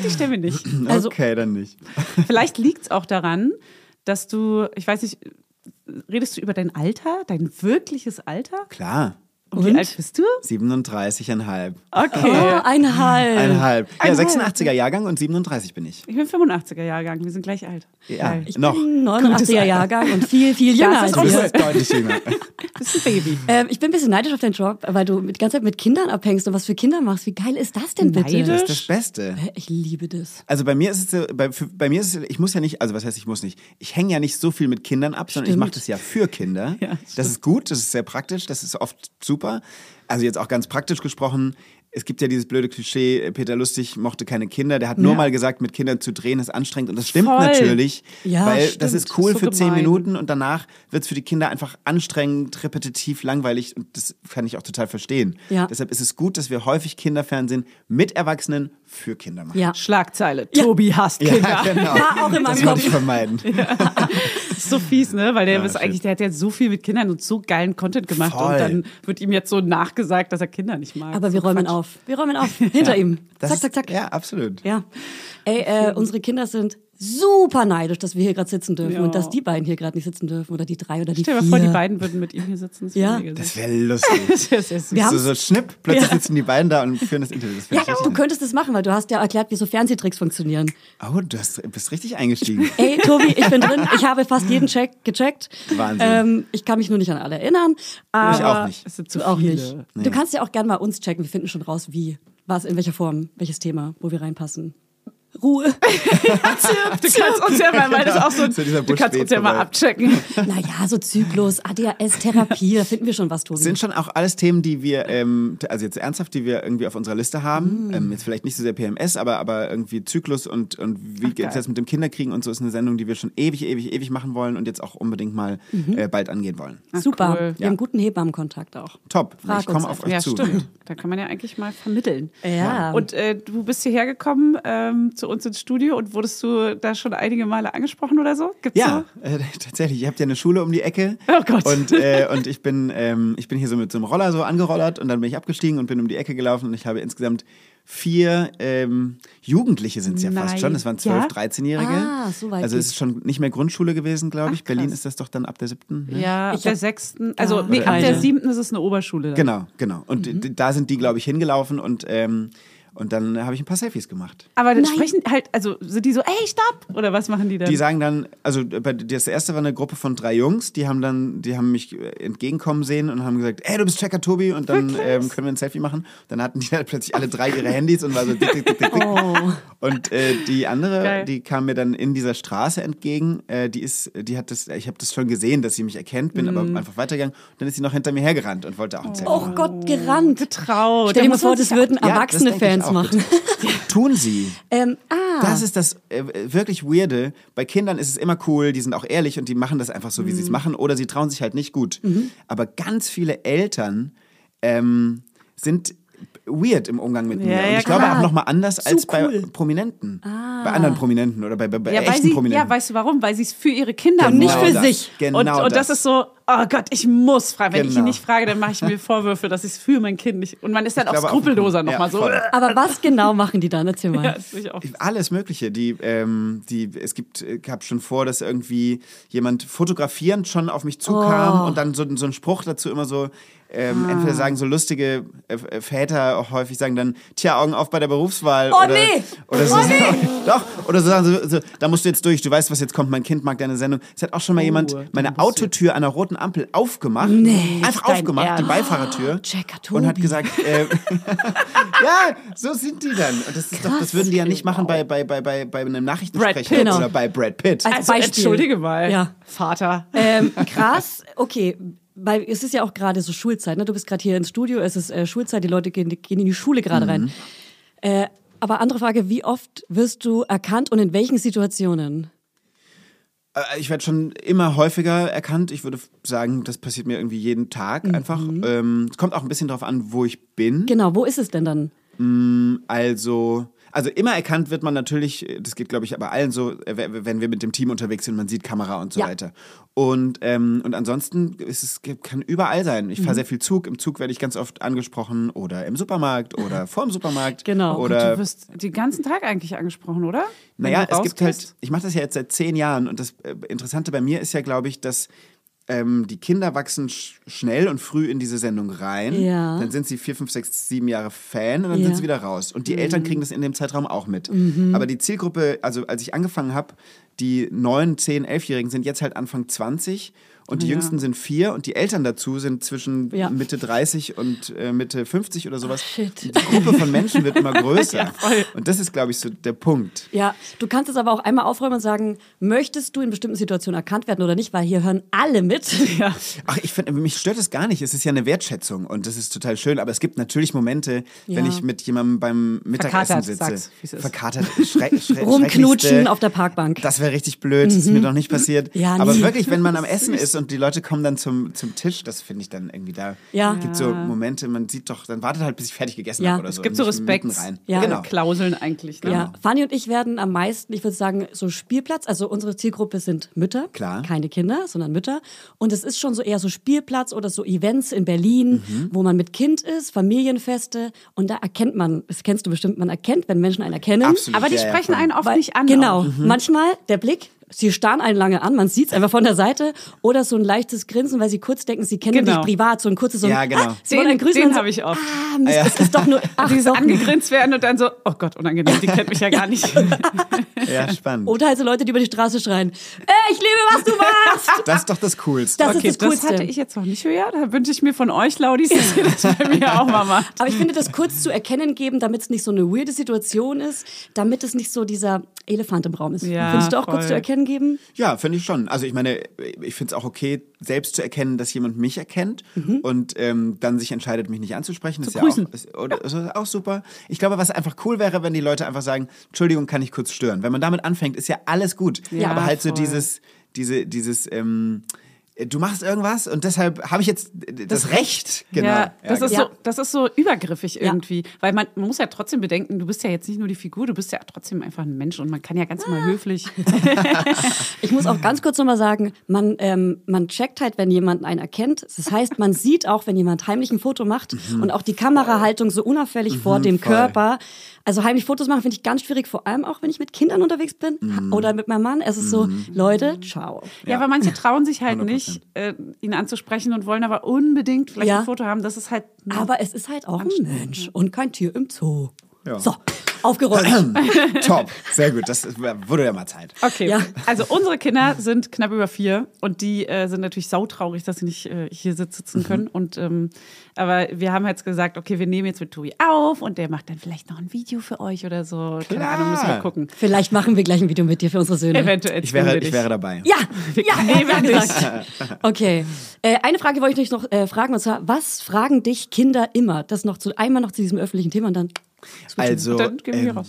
Speaker 3: Die stellen wir nicht.
Speaker 1: Also-
Speaker 2: okay, dann nicht.
Speaker 3: Vielleicht liegt es auch daran, dass du, ich weiß nicht, redest du über dein Alter, dein wirkliches Alter?
Speaker 2: Klar,
Speaker 3: Und, wie
Speaker 1: Und?
Speaker 3: alt bist du?
Speaker 2: 37,5.
Speaker 3: Okay.
Speaker 1: Oh, einhalb.
Speaker 2: Eineinhalb. Ja,
Speaker 3: Äh. Eineinhalb.
Speaker 2: 86er Jahrgang und 37 bin ich.
Speaker 3: Ich bin 85er Jahrgang, wir sind gleich alt.
Speaker 2: Ja,
Speaker 3: Geil.
Speaker 1: Ich
Speaker 2: noch.
Speaker 1: bin 89er Jahrgang und viel, viel jünger
Speaker 3: Das
Speaker 1: als
Speaker 3: ist
Speaker 2: Du
Speaker 1: ihr.
Speaker 2: bist deutlich jünger.
Speaker 3: Du bist ein Baby.
Speaker 1: Ähm, ich bin ein bisschen neidisch auf deinen Job, weil du mit ganze Zeit mit Kindern abhängst und was für Kinder machst. Wie geil ist das denn bitte?
Speaker 3: Neidisch?
Speaker 2: Das ist das Beste.
Speaker 1: Hä, Ich liebe das.
Speaker 2: Also bei mir ist es, so- bei, für, bei mir ist es, ich muss ja nicht, also was heißt ich muss nicht, ich hänge ja nicht so viel mit Kindern ab, sondern ich
Speaker 1: Stimmt.
Speaker 2: mache das ja für Kinder.
Speaker 3: Ja,
Speaker 2: das ist gut, das ist sehr praktisch, das ist oft super. Also jetzt auch ganz praktisch gesprochen, es gibt ja dieses blöde Klischee, äh, Peter Lustig mochte keine Kinder, der hat nur mal gesagt, mit Kindern zu drehen ist anstrengend und das stimmt
Speaker 3: Voll.
Speaker 2: natürlich,
Speaker 1: Ja,
Speaker 2: weil das
Speaker 3: stimmt.
Speaker 2: ist cool
Speaker 3: So
Speaker 2: für zehn
Speaker 3: gemein.
Speaker 2: Minuten und danach wird es für die Kinder einfach anstrengend, repetitiv, langweilig und das kann ich auch total verstehen.
Speaker 1: Ja.
Speaker 2: Deshalb ist es gut, dass wir häufig Kinderfernsehen mit Erwachsenen für Kinder machen.
Speaker 1: Ja.
Speaker 3: Schlagzeile. Tobi hasst Kinder.
Speaker 2: Ja, genau.
Speaker 1: War auch in meinem
Speaker 2: das wollte
Speaker 1: Kopf.
Speaker 2: ich vermeiden.
Speaker 3: Das ist so fies, ne? Weil der ist
Speaker 2: shit.
Speaker 3: eigentlich, der hat ja so viel mit Kindern und so geilen Content gemacht
Speaker 2: Voll.
Speaker 3: und dann wird ihm jetzt so nachgesagt, dass er Kinder nicht mag.
Speaker 1: Aber wir
Speaker 3: so
Speaker 1: räumen
Speaker 3: Quatsch.
Speaker 1: auf. Wir räumen auf. Hinter ihm.
Speaker 2: Das
Speaker 1: Zack,
Speaker 2: ist-
Speaker 1: zack, zack. Ja.
Speaker 2: Ja, absolut.
Speaker 1: Ey, äh,
Speaker 3: Hm.
Speaker 1: unsere Kinder sind super neidisch, dass wir hier gerade sitzen dürfen
Speaker 3: Ja.
Speaker 1: und dass die beiden hier gerade nicht sitzen dürfen oder die drei oder die
Speaker 3: Stell
Speaker 1: vier.
Speaker 3: dir mal vor, die beiden würden mit ihm hier sitzen. Das
Speaker 1: Ja.
Speaker 3: wäre mega
Speaker 2: Das
Speaker 3: süß.
Speaker 2: wäre lustig.
Speaker 3: Das wäre sehr süß.
Speaker 1: Wir
Speaker 2: so,
Speaker 1: haben's-
Speaker 2: so schnipp, plötzlich
Speaker 1: Ja.
Speaker 2: sitzen die beiden da und führen das Interview. Das find
Speaker 1: ja, oh
Speaker 2: ich richtig
Speaker 1: du könntest das machen, weil du hast ja erklärt, wie so Fernsehtricks funktionieren.
Speaker 2: Oh, du hast, bist richtig eingestiegen.
Speaker 1: Ey, Tobi, ich bin drin. Ich habe fast jeden Check gecheckt.
Speaker 2: Wahnsinn.
Speaker 1: Ähm, ich kann mich nur nicht an alle erinnern. Aber
Speaker 2: Ich auch nicht.
Speaker 3: Es sind zu
Speaker 1: Du auch
Speaker 3: viele.
Speaker 1: nicht. Du kannst ja auch gerne mal uns checken. Wir finden schon raus, wie, was, in welcher Form, welches Thema, wo wir reinpassen. Ruhe.
Speaker 3: Du kannst uns ja mal, weil das auch so, ein-
Speaker 2: So dieser
Speaker 3: du kannst uns ja mal
Speaker 2: Bush-Beet
Speaker 3: abchecken.
Speaker 1: naja, so Zyklus, ADHS-Therapie, da finden wir schon was, Tobi.
Speaker 2: Das sind schon auch alles Themen, die wir, ähm, t- also jetzt ernsthaft, die wir irgendwie auf unserer Liste haben.
Speaker 1: Mm.
Speaker 2: Ähm, jetzt vielleicht nicht so sehr PMS, aber, aber irgendwie Zyklus und, und wie geht's
Speaker 3: geil.
Speaker 2: jetzt mit dem Kinderkriegen und so ist eine Sendung, die wir schon ewig, ewig, ewig machen wollen und jetzt auch unbedingt mal
Speaker 1: Mhm.
Speaker 2: äh, bald angehen wollen.
Speaker 1: Super.
Speaker 3: Ah, cool.
Speaker 1: Wir haben guten Hebammenkontakt auch.
Speaker 2: Top,
Speaker 1: Frag
Speaker 2: ich komme
Speaker 1: uns
Speaker 2: auf
Speaker 1: einfach.
Speaker 2: euch
Speaker 3: Ja,
Speaker 2: zu.
Speaker 3: stimmt. Da kann man ja eigentlich mal vermitteln.
Speaker 1: Ja.
Speaker 3: Und äh, du bist hierher gekommen ähm, zu uns ins Studio und wurdest du da schon einige Male angesprochen oder so? Gibt's
Speaker 2: Ja,
Speaker 3: so?
Speaker 2: äh, tatsächlich. Ihr habt ja eine Schule um die Ecke.
Speaker 3: Oh Gott.
Speaker 2: Und, äh, und ich, bin, ähm, ich bin hier so mit so einem Roller so angerollert und dann bin ich abgestiegen und bin um die Ecke gelaufen und ich habe insgesamt vier ähm, Jugendliche sind es ja
Speaker 3: Nein.
Speaker 2: fast schon. Das waren zwölf,
Speaker 3: Ja?
Speaker 2: 13-Jährige.
Speaker 1: Ah, so weit
Speaker 2: also es ist schon nicht mehr Grundschule gewesen, glaube ich.
Speaker 3: Ach, krass.
Speaker 2: Berlin ist das doch dann ab der siebten. Ne?
Speaker 3: Ja, ab
Speaker 1: Ich
Speaker 3: der
Speaker 1: hab-
Speaker 3: sechsten, also
Speaker 1: Ah.
Speaker 3: nee, ab
Speaker 1: Oder
Speaker 3: der
Speaker 1: eine.
Speaker 3: siebten ist es eine Oberschule. Dann.
Speaker 2: Genau, genau. Und d- d- da sind die, glaube ich, hingelaufen und, ähm, Und dann äh, habe ich ein paar Selfies gemacht.
Speaker 3: Aber dann
Speaker 1: Nein.
Speaker 3: sprechen halt, also sind die so, ey, stopp! Oder was machen die dann?
Speaker 2: Die sagen dann, also bei- das erste war eine Gruppe von drei Jungs, die haben dann, die haben mich äh, entgegenkommen sehen und haben gesagt, ey, du bist Checker Tobi und dann ähm, können wir ein Selfie machen. Dann hatten die halt plötzlich alle drei ihre Handys und war so dick, dick, dick, dick, dick.
Speaker 1: Oh.
Speaker 2: Und äh, die andere,
Speaker 3: Geil.
Speaker 2: die kam mir dann in dieser Straße entgegen, äh, die ist, die hat das, ich habe das schon gesehen, dass sie mich erkennt, bin aber einfach weitergegangen. Und dann ist sie noch hinter mir hergerannt und wollte auch ein Selfie
Speaker 1: Mhm. Oh
Speaker 2: machen.
Speaker 1: Gott, gerannt.
Speaker 3: getraut.
Speaker 1: Stell dir
Speaker 3: Da
Speaker 1: mal
Speaker 3: muss man
Speaker 1: vor, das
Speaker 3: sich
Speaker 1: würden
Speaker 2: Ja, das
Speaker 1: erwachsene
Speaker 2: denke ich
Speaker 1: Fans
Speaker 2: auch.
Speaker 1: machen.
Speaker 2: Tun sie.
Speaker 1: ähm, ah,
Speaker 2: Das ist das äh, wirklich Weirde. Bei Kindern ist es immer cool, die sind auch ehrlich und die machen das einfach so, wie sie
Speaker 3: Mhm.
Speaker 2: es machen, oder sie trauen sich halt nicht gut. Aber ganz viele Eltern ähm, sind weird im Umgang mit mir.
Speaker 3: Ja,
Speaker 2: und
Speaker 3: ja,
Speaker 2: ich glaube
Speaker 3: klar. Ah.
Speaker 2: auch nochmal anders als bei
Speaker 1: cool.
Speaker 2: Prominenten. Bei anderen Prominenten oder bei, bei, bei
Speaker 3: Ja, weil
Speaker 2: äh, echten
Speaker 3: sie,
Speaker 2: Prominenten.
Speaker 3: ja, weißt du warum? Weil sie es für ihre Kinder
Speaker 1: Genau
Speaker 3: machen.
Speaker 1: nicht für das. sich.
Speaker 2: Genau
Speaker 3: und, und das.
Speaker 2: das.
Speaker 3: ist so, oh Gott, ich muss fragen. Wenn ich ihn
Speaker 2: Genau.
Speaker 3: nicht frage, dann mache ich mir Vorwürfe, dass ich es für mein Kind nicht. Und man ist dann auch
Speaker 2: glaube auch-
Speaker 3: skrupelloser
Speaker 2: Ja,
Speaker 3: nochmal so.
Speaker 2: voll.
Speaker 1: aber was genau machen die dann? Erzähl mal.
Speaker 3: Ja, das will ich auch.
Speaker 2: Genau. Alles Mögliche. Die, ähm, die, es gibt, äh, gab schon vor, dass irgendwie jemand fotografierend schon auf mich zukam
Speaker 1: Oh.
Speaker 2: und dann so, so ein Spruch dazu immer so,
Speaker 1: Ah.
Speaker 2: ähm, entweder sagen so lustige äh, äh, Väter auch häufig sagen dann, tja, Augen auf bei der Berufswahl.
Speaker 1: Oh,
Speaker 2: oder,
Speaker 1: nee.
Speaker 2: Oder so,
Speaker 1: Oh, nee.
Speaker 2: Doch, oder so sagen so, so, da musst du jetzt durch, du weißt, was jetzt kommt, mein Kind mag deine Sendung. Es hat auch
Speaker 1: Oh,
Speaker 2: schon mal jemand meine Autotür an der roten Ampel aufgemacht. Nee, einfach
Speaker 3: dein
Speaker 2: aufgemacht, die
Speaker 3: Ernst.
Speaker 2: Beifahrertür.
Speaker 1: Oh, Checker
Speaker 2: und hat
Speaker 1: Tobi.
Speaker 2: gesagt, äh, ja, so sind die dann. Und das, ist doch, das würden die ja nicht machen bei, bei, bei, bei, bei einem
Speaker 3: Brad
Speaker 2: Nachrichtensprecher
Speaker 3: Pitt.
Speaker 2: oder bei Brad Pitt.
Speaker 1: Als
Speaker 3: Also,
Speaker 1: Beispiel.
Speaker 3: entschuldige mal,
Speaker 1: Ja.
Speaker 3: Vater.
Speaker 1: Ähm, krass, okay. Weil es ist ja auch gerade so Schulzeit, ne? Du bist gerade hier ins Studio, es ist äh, Schulzeit, die Leute gehen, gehen in die Schule gerade rein. Äh, aber andere Frage, wie oft wirst du erkannt und in welchen Situationen?
Speaker 2: Äh, Ich werde schon immer häufiger erkannt. Ich würde sagen, das passiert mir irgendwie jeden Tag
Speaker 1: Mhm.
Speaker 2: einfach. Ähm, Es kommt auch ein bisschen darauf an, wo ich bin.
Speaker 1: Genau, wo ist es denn dann?
Speaker 2: Also, also immer erkannt wird man natürlich, äh, das geht glaube ich aber allen so, äh, we- wenn wir mit dem Team unterwegs sind, man sieht Kamera und so
Speaker 1: Ja.
Speaker 2: weiter. Und, ähm, und ansonsten ist es, kann überall sein. Ich
Speaker 1: Mhm.
Speaker 2: fahre sehr viel Zug, im Zug werde ich ganz oft angesprochen oder im Supermarkt oder vor dem Supermarkt.
Speaker 1: Genau.
Speaker 3: Und
Speaker 2: Oder
Speaker 3: du wirst den ganzen Tag eigentlich angesprochen, oder? Wenn
Speaker 2: Äh, Naja,
Speaker 3: du
Speaker 2: es gibt
Speaker 3: rausgehst.
Speaker 2: halt, ich mache das ja jetzt seit zehn Jahren und das äh, Interessante bei mir ist ja, glaube ich, dass ähm, die Kinder wachsen sch schnell und früh in diese Sendung rein.
Speaker 1: Ja.
Speaker 2: Dann sind sie vier, fünf, sechs, sieben Jahre Fan und
Speaker 1: Ja.
Speaker 2: dann
Speaker 1: Mhm.
Speaker 2: sind sie wieder raus. Und die Eltern kriegen das in dem Zeitraum auch mit. Aber die Zielgruppe, also als ich angefangen habe, die neun, zehn, elfjährigen sind jetzt halt Anfang 20 und die Jüngsten sind vier und die Eltern dazu sind zwischen
Speaker 1: Ja.
Speaker 2: Mitte 30 und äh, Mitte 50 oder sowas.
Speaker 1: shit.
Speaker 2: Die Gruppe von Menschen wird immer größer. und das ist, glaube ich, so der Punkt.
Speaker 1: Ja, du kannst es aber auch einmal aufräumen und sagen, möchtest du in bestimmten Situationen erkannt werden oder nicht, weil hier hören alle mit. Ja.
Speaker 2: Ach, ich finde, mich stört es gar nicht. Es ist ja eine Wertschätzung und das ist total schön. Aber es gibt natürlich Momente, wenn
Speaker 1: Ja.
Speaker 2: ich mit jemandem beim Mittagessen
Speaker 3: Verkatert,
Speaker 2: sitze.
Speaker 3: sag's, wie's ist.
Speaker 2: verkatert, schreck, schreck,
Speaker 1: Rumknutschen
Speaker 2: schrecklichste.
Speaker 1: auf der Parkbank. Mhm.
Speaker 2: Das wäre richtig blöd, das ist mir noch nicht passiert.
Speaker 1: Ja,
Speaker 2: Aber
Speaker 1: nie.
Speaker 2: wirklich, wenn man am Essen ist und die Leute kommen dann zum, zum Tisch, das finde ich dann irgendwie da.
Speaker 1: Ja.
Speaker 2: Gibt so Momente, man sieht doch, dann wartet halt, bis ich fertig gegessen
Speaker 1: Ja.
Speaker 2: habe oder
Speaker 1: Es
Speaker 2: so.
Speaker 3: Es gibt
Speaker 2: und
Speaker 3: so
Speaker 2: nicht mitten rein.
Speaker 1: Ja.
Speaker 2: Genau.
Speaker 3: Respektsklauseln eigentlich. Ne?
Speaker 1: Ja, Fanny und ich werden am meisten, ich würde sagen, so Spielplatz, also unsere Zielgruppe sind Mütter,
Speaker 2: Klar.
Speaker 1: keine Kinder, sondern Mütter. Und es ist schon so eher so Spielplatz oder so Events in Berlin,
Speaker 2: Mhm.
Speaker 1: wo man mit Kind ist, Familienfeste. Und da erkennt man, das kennst du bestimmt, man erkennt, wenn Menschen einen erkennen.
Speaker 2: Absolut.
Speaker 3: Aber die
Speaker 2: Ja, ja,
Speaker 3: sprechen
Speaker 2: voll.
Speaker 3: einen oft
Speaker 1: Weil-
Speaker 3: nicht an.
Speaker 1: Genau,
Speaker 3: auch.
Speaker 2: Mhm.
Speaker 1: manchmal der Blick. Sie starren einen lange an, man sieht es einfach von der Seite. Oder so ein leichtes Grinsen, weil sie kurz denken, sie kennen
Speaker 3: Genau.
Speaker 1: dich privat. So ein kurzes so ein,
Speaker 2: Ja, genau.
Speaker 1: ah, sie wollen einen
Speaker 3: Den,
Speaker 1: grüßen.
Speaker 3: den habe ich oft.
Speaker 1: Ah, Mist, es ist doch nur, ach,
Speaker 3: Dieses
Speaker 1: doch nicht.
Speaker 3: angegrinst werden und dann so, oh Gott, unangenehm, die kennt mich ja gar nicht.
Speaker 2: Ja, spannend.
Speaker 1: Oder also Leute, die über die Straße schreien, ey, ich liebe, was du machst.
Speaker 2: Das ist doch das Coolste.
Speaker 1: Das
Speaker 3: Okay,
Speaker 1: ist das
Speaker 3: das
Speaker 1: Coolste.
Speaker 3: hatte ich jetzt noch nicht gehört. Da wünsche ich mir von euch, Laudis, dass ihr das bei mir auch mal macht.
Speaker 1: Aber ich finde, das kurz zu erkennen geben, damit es nicht so eine weirde Situation ist, damit es nicht so dieser Elefant im Raum ist.
Speaker 3: Ja,
Speaker 1: Findest du auch
Speaker 3: voll.
Speaker 1: kurz zu erkennen geben?
Speaker 2: Ja, finde ich schon. Also ich meine, ich finde es auch okay, selbst zu erkennen, dass jemand mich erkennt und ähm, dann sich entscheidet, mich nicht anzusprechen. ist
Speaker 3: Mhm. grüßen.
Speaker 2: ja auch, ist, oder, ist auch super. Ich glaube, was einfach cool wäre, wenn die Leute einfach sagen, Entschuldigung, kann ich kurz stören. Wenn man damit anfängt, ist ja alles gut.
Speaker 3: Ja,
Speaker 2: Aber halt so
Speaker 3: voll.
Speaker 2: dieses, diese, dieses, ähm, du machst irgendwas und deshalb habe ich jetzt das, Recht. Genau.
Speaker 3: Ja, das, ist
Speaker 2: genau.
Speaker 3: So, das ist so übergriffig irgendwie. Weil man, man muss ja trotzdem bedenken, du bist ja jetzt nicht nur die Figur, du bist ja trotzdem einfach ein Mensch und man kann ja ganz mal höflich.
Speaker 1: Ich muss auch ganz kurz nochmal sagen, man, ähm, man checkt halt, wenn jemand einen erkennt. Das heißt, man sieht auch, wenn jemand heimlich ein Foto macht und auch die Kamerahaltung so unauffällig vor dem
Speaker 2: Mhm. voll.
Speaker 1: Körper. Also heimlich Fotos machen finde ich ganz schwierig, vor allem auch, wenn ich mit Kindern unterwegs bin
Speaker 2: Mhm.
Speaker 1: oder mit meinem Mann. Es ist so, Leute, ciao.
Speaker 3: Ja, aber manche trauen sich halt nicht, äh, ihn anzusprechen und wollen aber unbedingt vielleicht
Speaker 1: Ja.
Speaker 3: ein Foto haben. Das ist halt.
Speaker 1: Aber es ist halt auch ein Mensch und kein Tier im Zoo.
Speaker 2: Ja.
Speaker 1: So, aufgeräumt.
Speaker 2: genau. Top, sehr gut. Das wurde ja mal Zeit.
Speaker 3: Okay,
Speaker 1: Ja.
Speaker 3: also unsere Kinder sind knapp über vier und die äh, sind natürlich sautraurig, dass sie nicht äh, hier sit- sitzen
Speaker 1: Mhm.
Speaker 3: können. Und ähm, aber wir haben jetzt gesagt, okay, wir nehmen jetzt mit Tobi auf und der macht dann vielleicht noch ein Video für euch oder so. Keine
Speaker 2: Klar.
Speaker 3: Ahnung, müssen wir gucken.
Speaker 1: Vielleicht machen wir gleich ein Video mit dir für unsere Söhne.
Speaker 3: Eventuell.
Speaker 2: Ich wäre,
Speaker 3: zwingen wir
Speaker 2: ich
Speaker 3: dich.
Speaker 2: wäre dabei.
Speaker 1: Ja,
Speaker 3: Wir
Speaker 1: ja,
Speaker 3: nehmen
Speaker 1: ja,
Speaker 3: dich.
Speaker 1: gesagt. Okay. Äh, eine Frage wollte ich dich noch äh, fragen, und zwar, was fragen dich Kinder immer? Das noch zu, einmal noch zu diesem öffentlichen Thema und dann.
Speaker 2: Also,
Speaker 3: Dann gehen wir hier raus.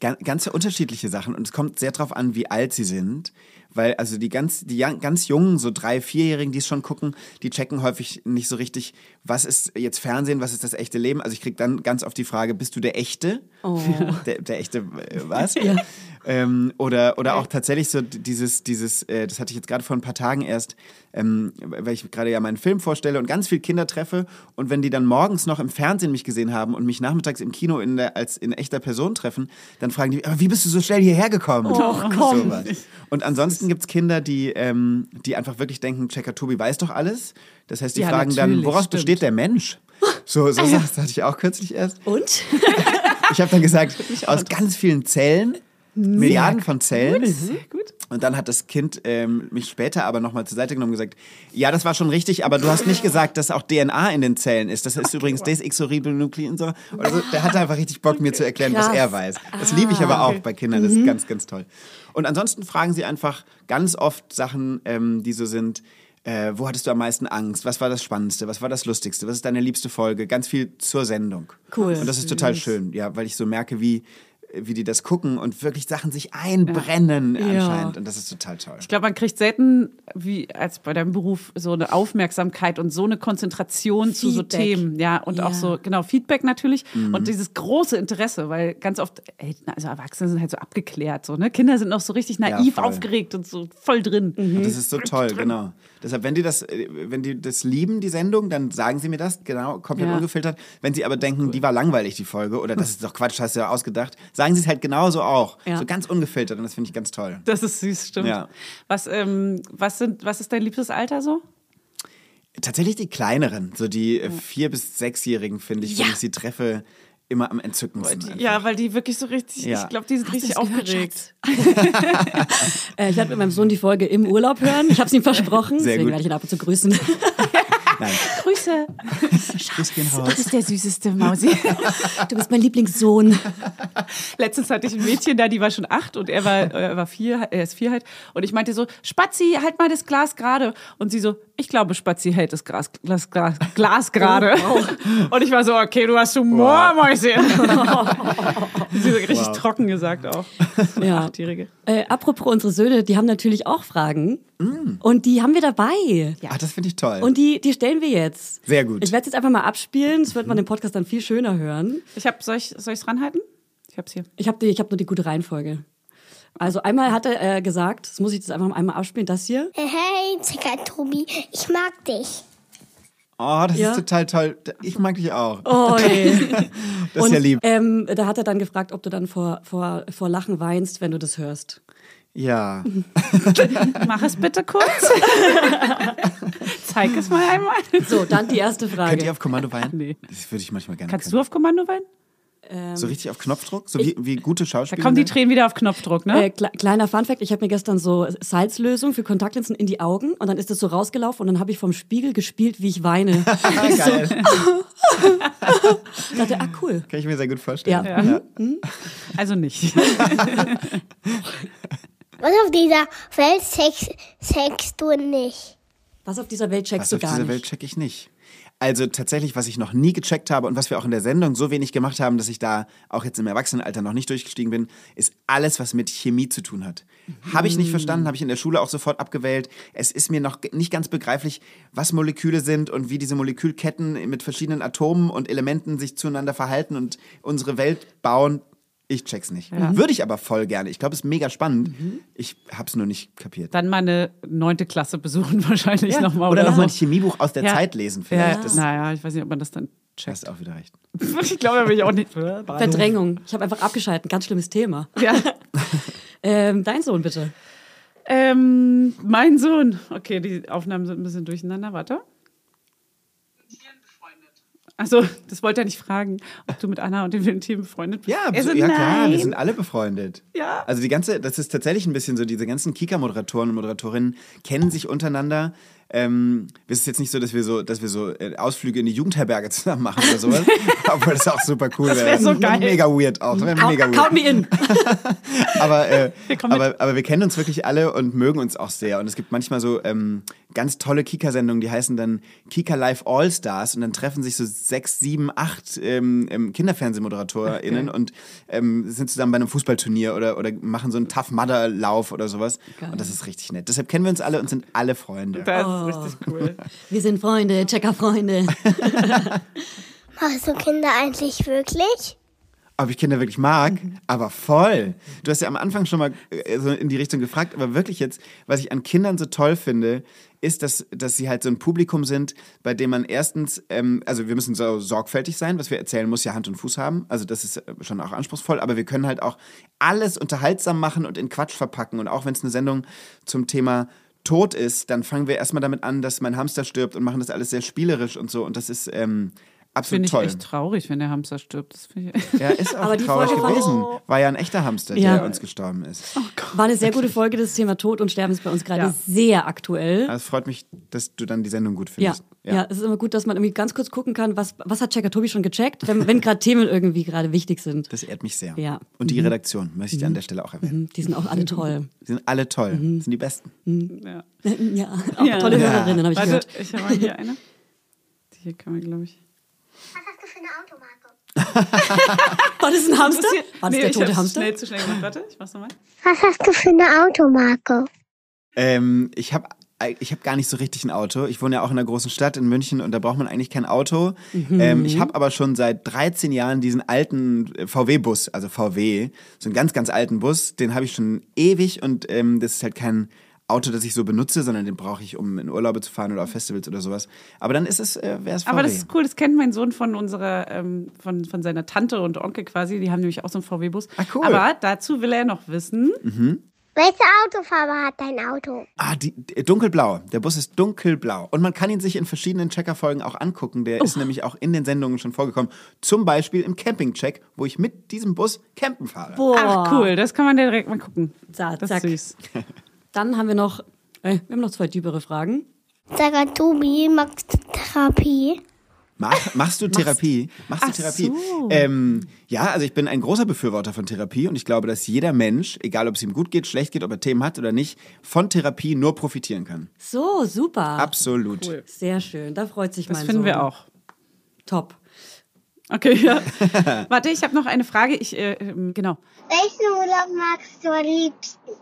Speaker 2: ga- ganz unterschiedliche Sachen und es kommt sehr drauf an, wie alt sie sind. Weil also die ganz, die jan- ganz jungen, so drei, vierjährigen, die es schon gucken, die checken häufig nicht so richtig, was ist jetzt Fernsehen, was ist das echte Leben. Also ich kriege dann ganz oft die Frage, bist du der Echte?
Speaker 3: Oh.
Speaker 2: Der, der Echte äh, was? ähm, oder, oder auch tatsächlich so d- dieses, dieses äh, das hatte ich jetzt gerade vor ein paar Tagen erst, ähm, weil ich gerade ja meinen Film vorstelle und ganz viele Kinder treffe und wenn die dann morgens noch im Fernsehen mich gesehen haben und mich nachmittags im Kino in der, als in echter Person treffen, dann fragen die, aber wie bist du so schnell hierher gekommen?
Speaker 3: Oh,
Speaker 1: Doch, komm.
Speaker 2: Sowas. Und ansonsten gibt es Kinder, die, ähm, die einfach wirklich denken, Checker Tobi weiß doch alles. Das heißt, die
Speaker 3: Ja,
Speaker 2: fragen dann,
Speaker 3: natürlich,
Speaker 2: woraus
Speaker 3: stimmt. Ah,
Speaker 2: besteht der Mensch? So, so das hatte ich auch kürzlich erst.
Speaker 1: Und?
Speaker 2: Ich habe dann gesagt, aus ganz vielen Zellen, Milliarden von Zellen.
Speaker 3: Sehr gut.
Speaker 2: Und dann hat das Kind ähm, mich später aber nochmal zur Seite genommen und gesagt, ja, das war schon richtig, aber du hast nicht gesagt, dass auch DNA in den Zellen ist. Das ist übrigens Desexoribonuklein. So. Oder so. Der hatte einfach richtig Bock, mir zu erklären, was
Speaker 1: Krass.
Speaker 2: er weiß. Das liebe ich aber auch bei Kindern. Das ist ganz, ganz toll. Und ansonsten fragen sie einfach ganz oft Sachen, ähm, die so sind, äh, wo hattest du am meisten Angst? Was war das Spannendste? Was war das Lustigste? Was ist deine liebste Folge? Ganz viel zur Sendung.
Speaker 1: Cool.
Speaker 2: Und das ist total schön, ja, weil ich so merke, wie, wie die das gucken und wirklich Sachen sich einbrennen anscheinend. Und das ist total toll.
Speaker 3: Ich glaube, man kriegt selten, wie als bei deinem Beruf, so eine Aufmerksamkeit und so eine Konzentration zu so
Speaker 1: Feedback.
Speaker 3: Themen. Ja, und
Speaker 1: Ja.
Speaker 3: auch so, genau, Feedback natürlich
Speaker 2: Mhm.
Speaker 3: und dieses große Interesse, weil ganz oft, ey, also Erwachsene sind halt so abgeklärt, so, ne? Kinder sind noch so richtig naiv
Speaker 2: voll.
Speaker 3: aufgeregt und so voll drin.
Speaker 2: Und das ist so toll, genau. Deshalb, wenn die das, äh, wenn die das lieben, die Sendung, dann sagen sie mir das, genau, komplett
Speaker 3: Ja. Hm.
Speaker 2: ungefiltert. Wenn sie aber denken, die war langweilig, die Folge, oder das ist doch Quatsch, hast du ja ausgedacht, sagen sie es halt genauso auch.
Speaker 1: Ja.
Speaker 2: So ganz ungefiltert und das finde ich ganz toll.
Speaker 3: Das ist süß, stimmt.
Speaker 2: Ja.
Speaker 3: Was, ähm, was, sind, was ist dein liebstes Alter so?
Speaker 2: Tatsächlich die kleineren, so die äh, vier- bis sechsjährigen, finde ich, wenn ich sie treffe, immer am entzückendsten. einfach.
Speaker 3: Ja, weil die wirklich so richtig,
Speaker 2: Ja.
Speaker 3: ich glaube, die sind
Speaker 1: Hast
Speaker 3: richtig
Speaker 1: du's gehört,
Speaker 3: aufgeregt.
Speaker 1: Schatz? äh, ich werde mit meinem Sohn die Folge im Urlaub hören. Ich habe es ihm versprochen,
Speaker 2: Sehr
Speaker 1: deswegen
Speaker 2: gut.
Speaker 1: werde ich ihn ab und zu grüßen.
Speaker 2: Nein,
Speaker 3: Grüße.
Speaker 2: Grüß gehen
Speaker 3: Das
Speaker 2: raus.
Speaker 3: ist der süßeste Mausi.
Speaker 1: Du bist mein Lieblingssohn.
Speaker 3: Letztens hatte ich ein Mädchen da, die war schon acht und er war, er war vier, er ist vier halt. Und ich meinte so, Spatzi, halt mal das Glas gerade. Und sie so, ich glaube, Spatzi hält das Gras, Glas, Glas, Glas gerade. Und ich war so, okay, du hast Humor,
Speaker 2: Oh, Wow.
Speaker 3: Mäuschen. sie so richtig
Speaker 2: Wow.
Speaker 3: trocken gesagt auch.
Speaker 1: Ja.
Speaker 3: Achtjährige.
Speaker 1: Äh, apropos unsere Söhne, die haben natürlich auch Fragen.
Speaker 2: Mm.
Speaker 1: Und die haben wir dabei.
Speaker 2: Ach, das finde ich toll.
Speaker 1: Und die, die stellen wir jetzt.
Speaker 2: Sehr gut.
Speaker 1: Ich werde es jetzt einfach mal abspielen. Das wird man im Podcast dann viel schöner hören.
Speaker 3: Ich hab, soll ich es ranhalten? Ich hab's hier.
Speaker 1: Ich habe hab nur die gute Reihenfolge. Also einmal hat er äh, gesagt, das muss ich jetzt einfach mal einmal abspielen, das hier.
Speaker 4: Hey, Checker Tobi, ich mag dich.
Speaker 2: oh, das
Speaker 1: Ja.
Speaker 2: ist total toll. Ich mag dich auch.
Speaker 1: Oh,
Speaker 2: das ist ja lieb.
Speaker 3: Äh,
Speaker 1: Ähm, da hat er dann gefragt, ob du dann vor, vor, vor Lachen weinst, wenn du das hörst.
Speaker 2: Ja.
Speaker 3: Mach es bitte kurz. Zeig es mal einmal.
Speaker 1: So, dann die erste
Speaker 2: Könnt ihr
Speaker 1: Frage.
Speaker 2: auf Kommando weinen?
Speaker 3: Nee.
Speaker 2: Das würde ich manchmal gerne
Speaker 3: Kannst du
Speaker 2: können.
Speaker 3: auf Kommando weinen?
Speaker 2: so richtig auf Knopfdruck? So wie, wie gute
Speaker 3: Da
Speaker 2: Schauspieler?
Speaker 3: kommen die Tränen wieder auf Knopfdruck, ne?
Speaker 1: Äh, kle kleiner Funfact, ich habe mir gestern so Salzlösung für Kontaktlinsen in die Augen und dann ist das so rausgelaufen und dann habe ich vom Spiegel gespielt, wie ich weine. ich so,
Speaker 2: Geil.
Speaker 1: dachte, ah cool.
Speaker 2: Kann ich mir sehr gut vorstellen.
Speaker 1: Ja. Mhm.
Speaker 3: Also nicht.
Speaker 4: Was auf dieser Welt sex, sex du nicht?
Speaker 1: Was auf dieser Welt checkst
Speaker 2: Was
Speaker 1: du
Speaker 2: auf
Speaker 1: gar
Speaker 2: dieser
Speaker 1: nicht.
Speaker 2: Welt checke ich nicht. Also tatsächlich, was ich noch nie gecheckt habe und was wir auch in der Sendung so wenig gemacht haben, dass ich da auch jetzt im Erwachsenenalter noch nicht durchgestiegen bin, ist alles, was mit Chemie zu tun hat. Habe ich nicht verstanden, habe ich in der Schule auch sofort abgewählt. Es ist mir noch g- nicht ganz begreiflich, was Moleküle sind und wie diese Molekülketten mit verschiedenen Atomen und Elementen sich zueinander verhalten und unsere Welt bauen. Ich check's nicht. Würde ich aber voll gerne. Ich glaube, es ist mega spannend.
Speaker 1: Mhm.
Speaker 2: Ich hab's nur nicht kapiert.
Speaker 3: Dann mal eine neunte Klasse besuchen wahrscheinlich
Speaker 2: Ja.
Speaker 3: nochmal.
Speaker 2: Oder
Speaker 3: Oder,
Speaker 2: nochmal ein
Speaker 3: so.
Speaker 2: Chemiebuch aus der
Speaker 3: Ja.
Speaker 2: Zeit lesen vielleicht.
Speaker 3: Ja,
Speaker 2: Das
Speaker 3: naja, ich weiß nicht, ob man das dann checkt.
Speaker 2: hast auch wieder recht.
Speaker 3: ich glaube, da bin ich auch nicht.
Speaker 1: Verdrängung. Ich habe einfach abgeschalten. Ganz schlimmes Thema.
Speaker 3: Ja.
Speaker 1: Ähm, dein Sohn bitte.
Speaker 3: Ähm, mein Sohn. Okay, die Aufnahmen sind ein bisschen durcheinander. Warte. Also, das wollte er nicht fragen, ob du mit Anna und den wilden Tieren befreundet bist.
Speaker 2: Ja,
Speaker 3: er
Speaker 2: so,
Speaker 3: so,
Speaker 2: ja klar, wir
Speaker 3: nein.
Speaker 2: sind alle befreundet.
Speaker 3: Ja.
Speaker 2: Also die ganze, das ist tatsächlich ein bisschen so, diese ganzen Kika-Moderatoren und Moderatorinnen kennen sich untereinander. Ähm, es ist jetzt nicht so, dass wir so, dass wir so äh, Ausflüge in die Jugendherberge zusammen machen oder sowas. Obwohl das auch super cool wäre.
Speaker 3: wär so geil.
Speaker 2: Mega weird auch. Das wär mega
Speaker 1: Count
Speaker 2: weird.
Speaker 1: me in.
Speaker 2: Aber, äh,
Speaker 3: kommen mit.
Speaker 2: aber, aber wir kennen uns wirklich alle und mögen uns auch sehr. Und es gibt manchmal so ähm, ganz tolle Kika-Sendungen, die heißen dann Kika Live All Stars. Und dann treffen sich so sechs, sieben, acht ähm, ähm, KinderfernsehmoderatorInnen und ähm, sind zusammen bei einem Fußballturnier oder, oder machen so einen Tough Mudder Lauf oder sowas. Und das ist richtig nett. Deshalb kennen wir uns alle und sind alle Freunde.
Speaker 3: Das ist richtig cool.
Speaker 1: Wir sind Freunde,
Speaker 3: Oh
Speaker 1: Checker-Freunde.
Speaker 4: Machst du Also, Kinder eigentlich wirklich?
Speaker 2: Ob ich Kinder wirklich mag,
Speaker 3: Mhm.
Speaker 2: aber voll. Du hast ja am Anfang schon mal äh, so in die Richtung gefragt, aber wirklich jetzt, was ich an Kindern so toll finde, ist, dass, dass sie halt so ein Publikum sind, bei dem man erstens, ähm, also wir müssen so sorgfältig sein, was wir erzählen, muss ja Hand und Fuß haben. Also das ist äh, schon auch anspruchsvoll, aber wir können halt auch alles unterhaltsam machen und in Quatsch verpacken. Und auch wenn es eine Sendung zum Thema tot ist, dann fangen wir erstmal damit an, dass mein Hamster stirbt und machen das alles sehr spielerisch und so. Und das ist ähm, absolut
Speaker 3: Finde ich
Speaker 2: toll.
Speaker 3: echt traurig, wenn der Hamster stirbt. Das finde ich
Speaker 2: Ja, ist auch
Speaker 1: Aber die
Speaker 2: traurig
Speaker 1: Folge fand ich-
Speaker 2: gewesen. War ja ein echter Hamster,
Speaker 1: Ja. Oh
Speaker 2: der uns gestorben ist.
Speaker 1: War eine sehr gute Folge. Das Thema Tod und Sterben ist bei uns gerade
Speaker 3: Ja.
Speaker 1: sehr aktuell.
Speaker 2: Also es freut mich, dass du dann die Sendung gut
Speaker 1: Ja,
Speaker 2: findest.
Speaker 1: ja. es ist immer gut, dass man irgendwie ganz kurz gucken kann, was, was hat Checker Tobi schon gecheckt, wenn, wenn gerade Themen irgendwie gerade wichtig sind.
Speaker 2: Das ehrt mich sehr.
Speaker 1: Ja. Mhm.
Speaker 2: Und die Redaktion möchte ich an der Stelle auch erwähnen.
Speaker 1: Die sind auch alle toll.
Speaker 2: Die sind alle toll.
Speaker 1: Mhm.
Speaker 2: Sind die Besten.
Speaker 3: ja.
Speaker 1: Ja, auch
Speaker 3: Ja. Also,
Speaker 1: tolle
Speaker 2: Ja.
Speaker 1: Hörerinnen, habe ich
Speaker 3: Warte,
Speaker 1: gehört.
Speaker 3: ich habe mal hier eine. Die hier kann man, glaube ich.
Speaker 4: Was hast du für eine Automarke?
Speaker 1: War das ein Hamster?
Speaker 3: Hier-
Speaker 1: War das
Speaker 3: Nee,
Speaker 1: der
Speaker 3: ich
Speaker 1: tote
Speaker 3: hab's
Speaker 1: Hamster?
Speaker 3: Schnell zu schnell gemacht. Warte, ich mach's nochmal.
Speaker 4: Was hast du für eine Automarke?
Speaker 2: Ähm, ich habe ich hab gar nicht so richtig ein Auto. Ich wohne ja auch in einer großen Stadt in München und da braucht man eigentlich kein Auto.
Speaker 3: Mhm.
Speaker 2: Ähm, ich habe aber schon seit 13 Jahren diesen alten VW-Bus, also VW, so einen ganz, ganz alten Bus, den habe ich schon ewig und ähm, das ist halt kein Auto, das ich so benutze, sondern den brauche ich, um in Urlaube zu fahren oder auf Festivals oder sowas. Aber dann ist es, äh, wäre es VW.
Speaker 3: Aber das ist cool, das kennt mein Sohn von unserer, ähm, von, von seiner Tante und Onkel quasi. Die haben nämlich auch so einen VW-Bus.
Speaker 2: Ah, cool.
Speaker 3: Aber dazu will er noch wissen.
Speaker 4: Welche Autofarbe hat dein Auto?
Speaker 2: Ah, die, äh, dunkelblau. Der Bus ist dunkelblau. Und man kann ihn sich in verschiedenen Checker-Folgen auch angucken. Der
Speaker 3: Oh.
Speaker 2: ist nämlich auch in den Sendungen schon vorgekommen. Zum Beispiel im Camping-Check, wo ich mit diesem Bus campen fahre.
Speaker 1: Boah.
Speaker 3: Ach cool, das kann man da direkt mal gucken.
Speaker 1: Zack,
Speaker 3: das
Speaker 1: zack.
Speaker 3: ist süß.
Speaker 1: Dann haben wir noch, äh, wir haben noch zwei dübere Fragen.
Speaker 4: Sarah Tobi, magst du Therapie?
Speaker 2: Mach, machst du Therapie? Machst du
Speaker 3: Ach
Speaker 2: Therapie?
Speaker 3: so.
Speaker 2: Ähm, ja, also ich bin ein großer Befürworter von Therapie und ich glaube, dass jeder Mensch, egal ob es ihm gut geht, schlecht geht, ob er Themen hat oder nicht, von Therapie nur profitieren kann.
Speaker 1: So, super.
Speaker 2: Absolut.
Speaker 1: Sehr schön, da freut sich
Speaker 3: Das
Speaker 1: mein
Speaker 3: finden
Speaker 1: Sohn.
Speaker 3: wir auch.
Speaker 1: Top.
Speaker 3: Okay, ja. Warte, ich habe noch eine Frage. Ich, äh, ähm, genau.
Speaker 4: Welchen Urlaub magst du am liebsten?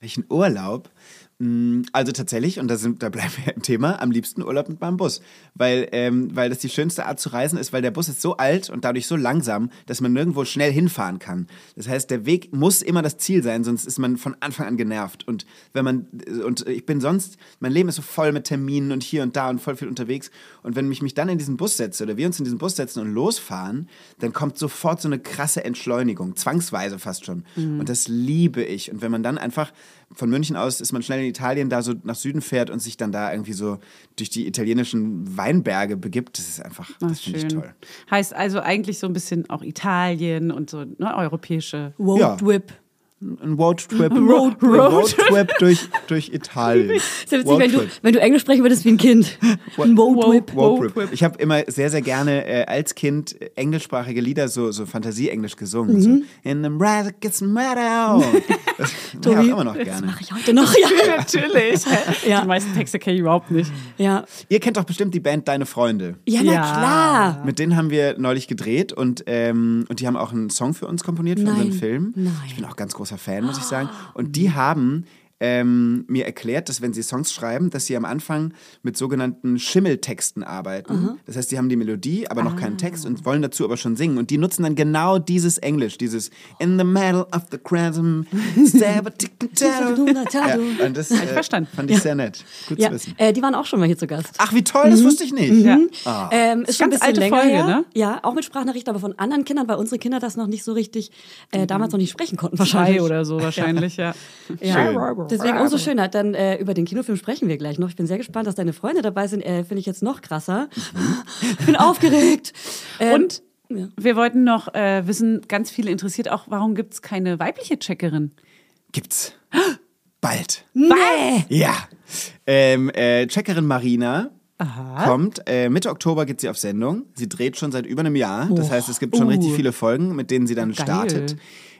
Speaker 2: Welchen Urlaub? Mm, Also tatsächlich, und da, sind, da bleiben wir im Thema, am liebsten Urlaub mit meinem Bus. Weil, ähm, weil das die schönste Art zu reisen ist, weil der Bus ist so alt und dadurch so langsam, dass man nirgendwo schnell hinfahren kann. Das heißt, der Weg muss immer das Ziel sein, sonst ist man von Anfang an genervt. Und wenn man, und ich bin sonst, mein Leben ist so voll mit Terminen und hier und da und voll viel unterwegs. Und wenn ich mich dann in diesen Bus setze oder wir uns in diesen Bus setzen und losfahren, dann kommt sofort so eine krasse Entschleunigung, zwangsweise fast schon.
Speaker 1: Mhm.
Speaker 2: Und das liebe ich. Und wenn man dann einfach von München aus ist man schnell in Italien, da so nach Süden fährt und sich dann da irgendwie so durch die italienischen Weinberge begibt, das ist einfach,
Speaker 3: Ach,
Speaker 2: das finde ich toll.
Speaker 3: Heißt also eigentlich so ein bisschen auch Italien und so ne, europäische.
Speaker 2: Ja.
Speaker 1: Road Whip.
Speaker 2: Ein Roadtrip.
Speaker 1: Road-
Speaker 2: ein
Speaker 1: Road-
Speaker 2: Roadtrip durch, durch Italien.
Speaker 1: Ist ja witzig, wenn du,
Speaker 2: Roadtrip.
Speaker 1: wenn du Englisch sprechen würdest wie ein Kind. Ein Road Whip.
Speaker 2: Road
Speaker 3: Road
Speaker 2: Trip. Ich habe immer sehr, sehr gerne äh, als Kind äh, englischsprachige Lieder, so, so Fantasie-Englisch gesungen. So, In the red gets meadow. Das mache ich auch immer noch gerne.
Speaker 1: Mache ich heute noch, ja.
Speaker 3: Natürlich.
Speaker 1: Ja.
Speaker 3: Die meisten Texte kenne ich überhaupt nicht.
Speaker 1: Ja,
Speaker 2: Ihr kennt doch bestimmt die Band Deine Freunde.
Speaker 1: ja na
Speaker 3: Ja.
Speaker 1: klar.
Speaker 2: Mit denen haben wir neulich gedreht und, ähm, und die haben auch einen Song für uns komponiert, für
Speaker 1: Nein.
Speaker 2: unseren Film.
Speaker 1: Nein.
Speaker 2: Ich bin auch ganz großer Fan, muss ich sagen. Und die haben ähm, mir erklärt, dass wenn sie Songs schreiben, dass sie am Anfang mit sogenannten Schimmeltexten arbeiten. Das heißt, sie haben die Melodie, aber noch keinen Text und wollen dazu aber schon singen. Und die nutzen dann genau dieses Englisch, dieses In the middle of the chasm, stab a tickle tattle. ja, und das äh,
Speaker 3: verstanden.
Speaker 2: fand ich sehr nett. Gut
Speaker 1: Ja,
Speaker 2: zu wissen.
Speaker 1: äh, die waren auch schon mal hier zu Gast.
Speaker 2: Ach, wie toll, das wusste ich nicht.
Speaker 3: Ja.
Speaker 2: Ah.
Speaker 1: Ähm, ist schon ein
Speaker 3: ganz
Speaker 1: bisschen
Speaker 3: alte
Speaker 1: länger
Speaker 3: Folge,
Speaker 1: her.
Speaker 3: ne?
Speaker 1: Ja, auch mit Sprachnachrichten, aber von anderen Kindern, weil unsere
Speaker 3: Mhm.
Speaker 1: Kinder das noch nicht so richtig äh, damals noch nicht sprechen konnten
Speaker 3: Thai
Speaker 1: wahrscheinlich.
Speaker 3: oder so wahrscheinlich, ja.
Speaker 2: Schön.
Speaker 1: Deswegen umso schöner. Dann äh, über den Kinofilm sprechen wir gleich noch. Ich bin sehr gespannt, dass deine Freunde dabei sind. Äh, Finde ich jetzt noch krasser.
Speaker 2: Mhm.
Speaker 1: Ich bin aufgeregt. Ähm,
Speaker 3: Und
Speaker 1: ja.
Speaker 3: wir wollten noch äh, wissen, ganz viele interessiert auch, warum gibt es keine weibliche Checkerin?
Speaker 2: Gibt's. Bald.
Speaker 1: Nee.
Speaker 2: Ja. Ähm, äh, Checkerin Marina kommt. Äh, Mitte Oktober geht sie auf Sendung. Sie dreht schon seit über einem Jahr. Das heißt, es gibt schon richtig viele Folgen, mit denen sie dann startet.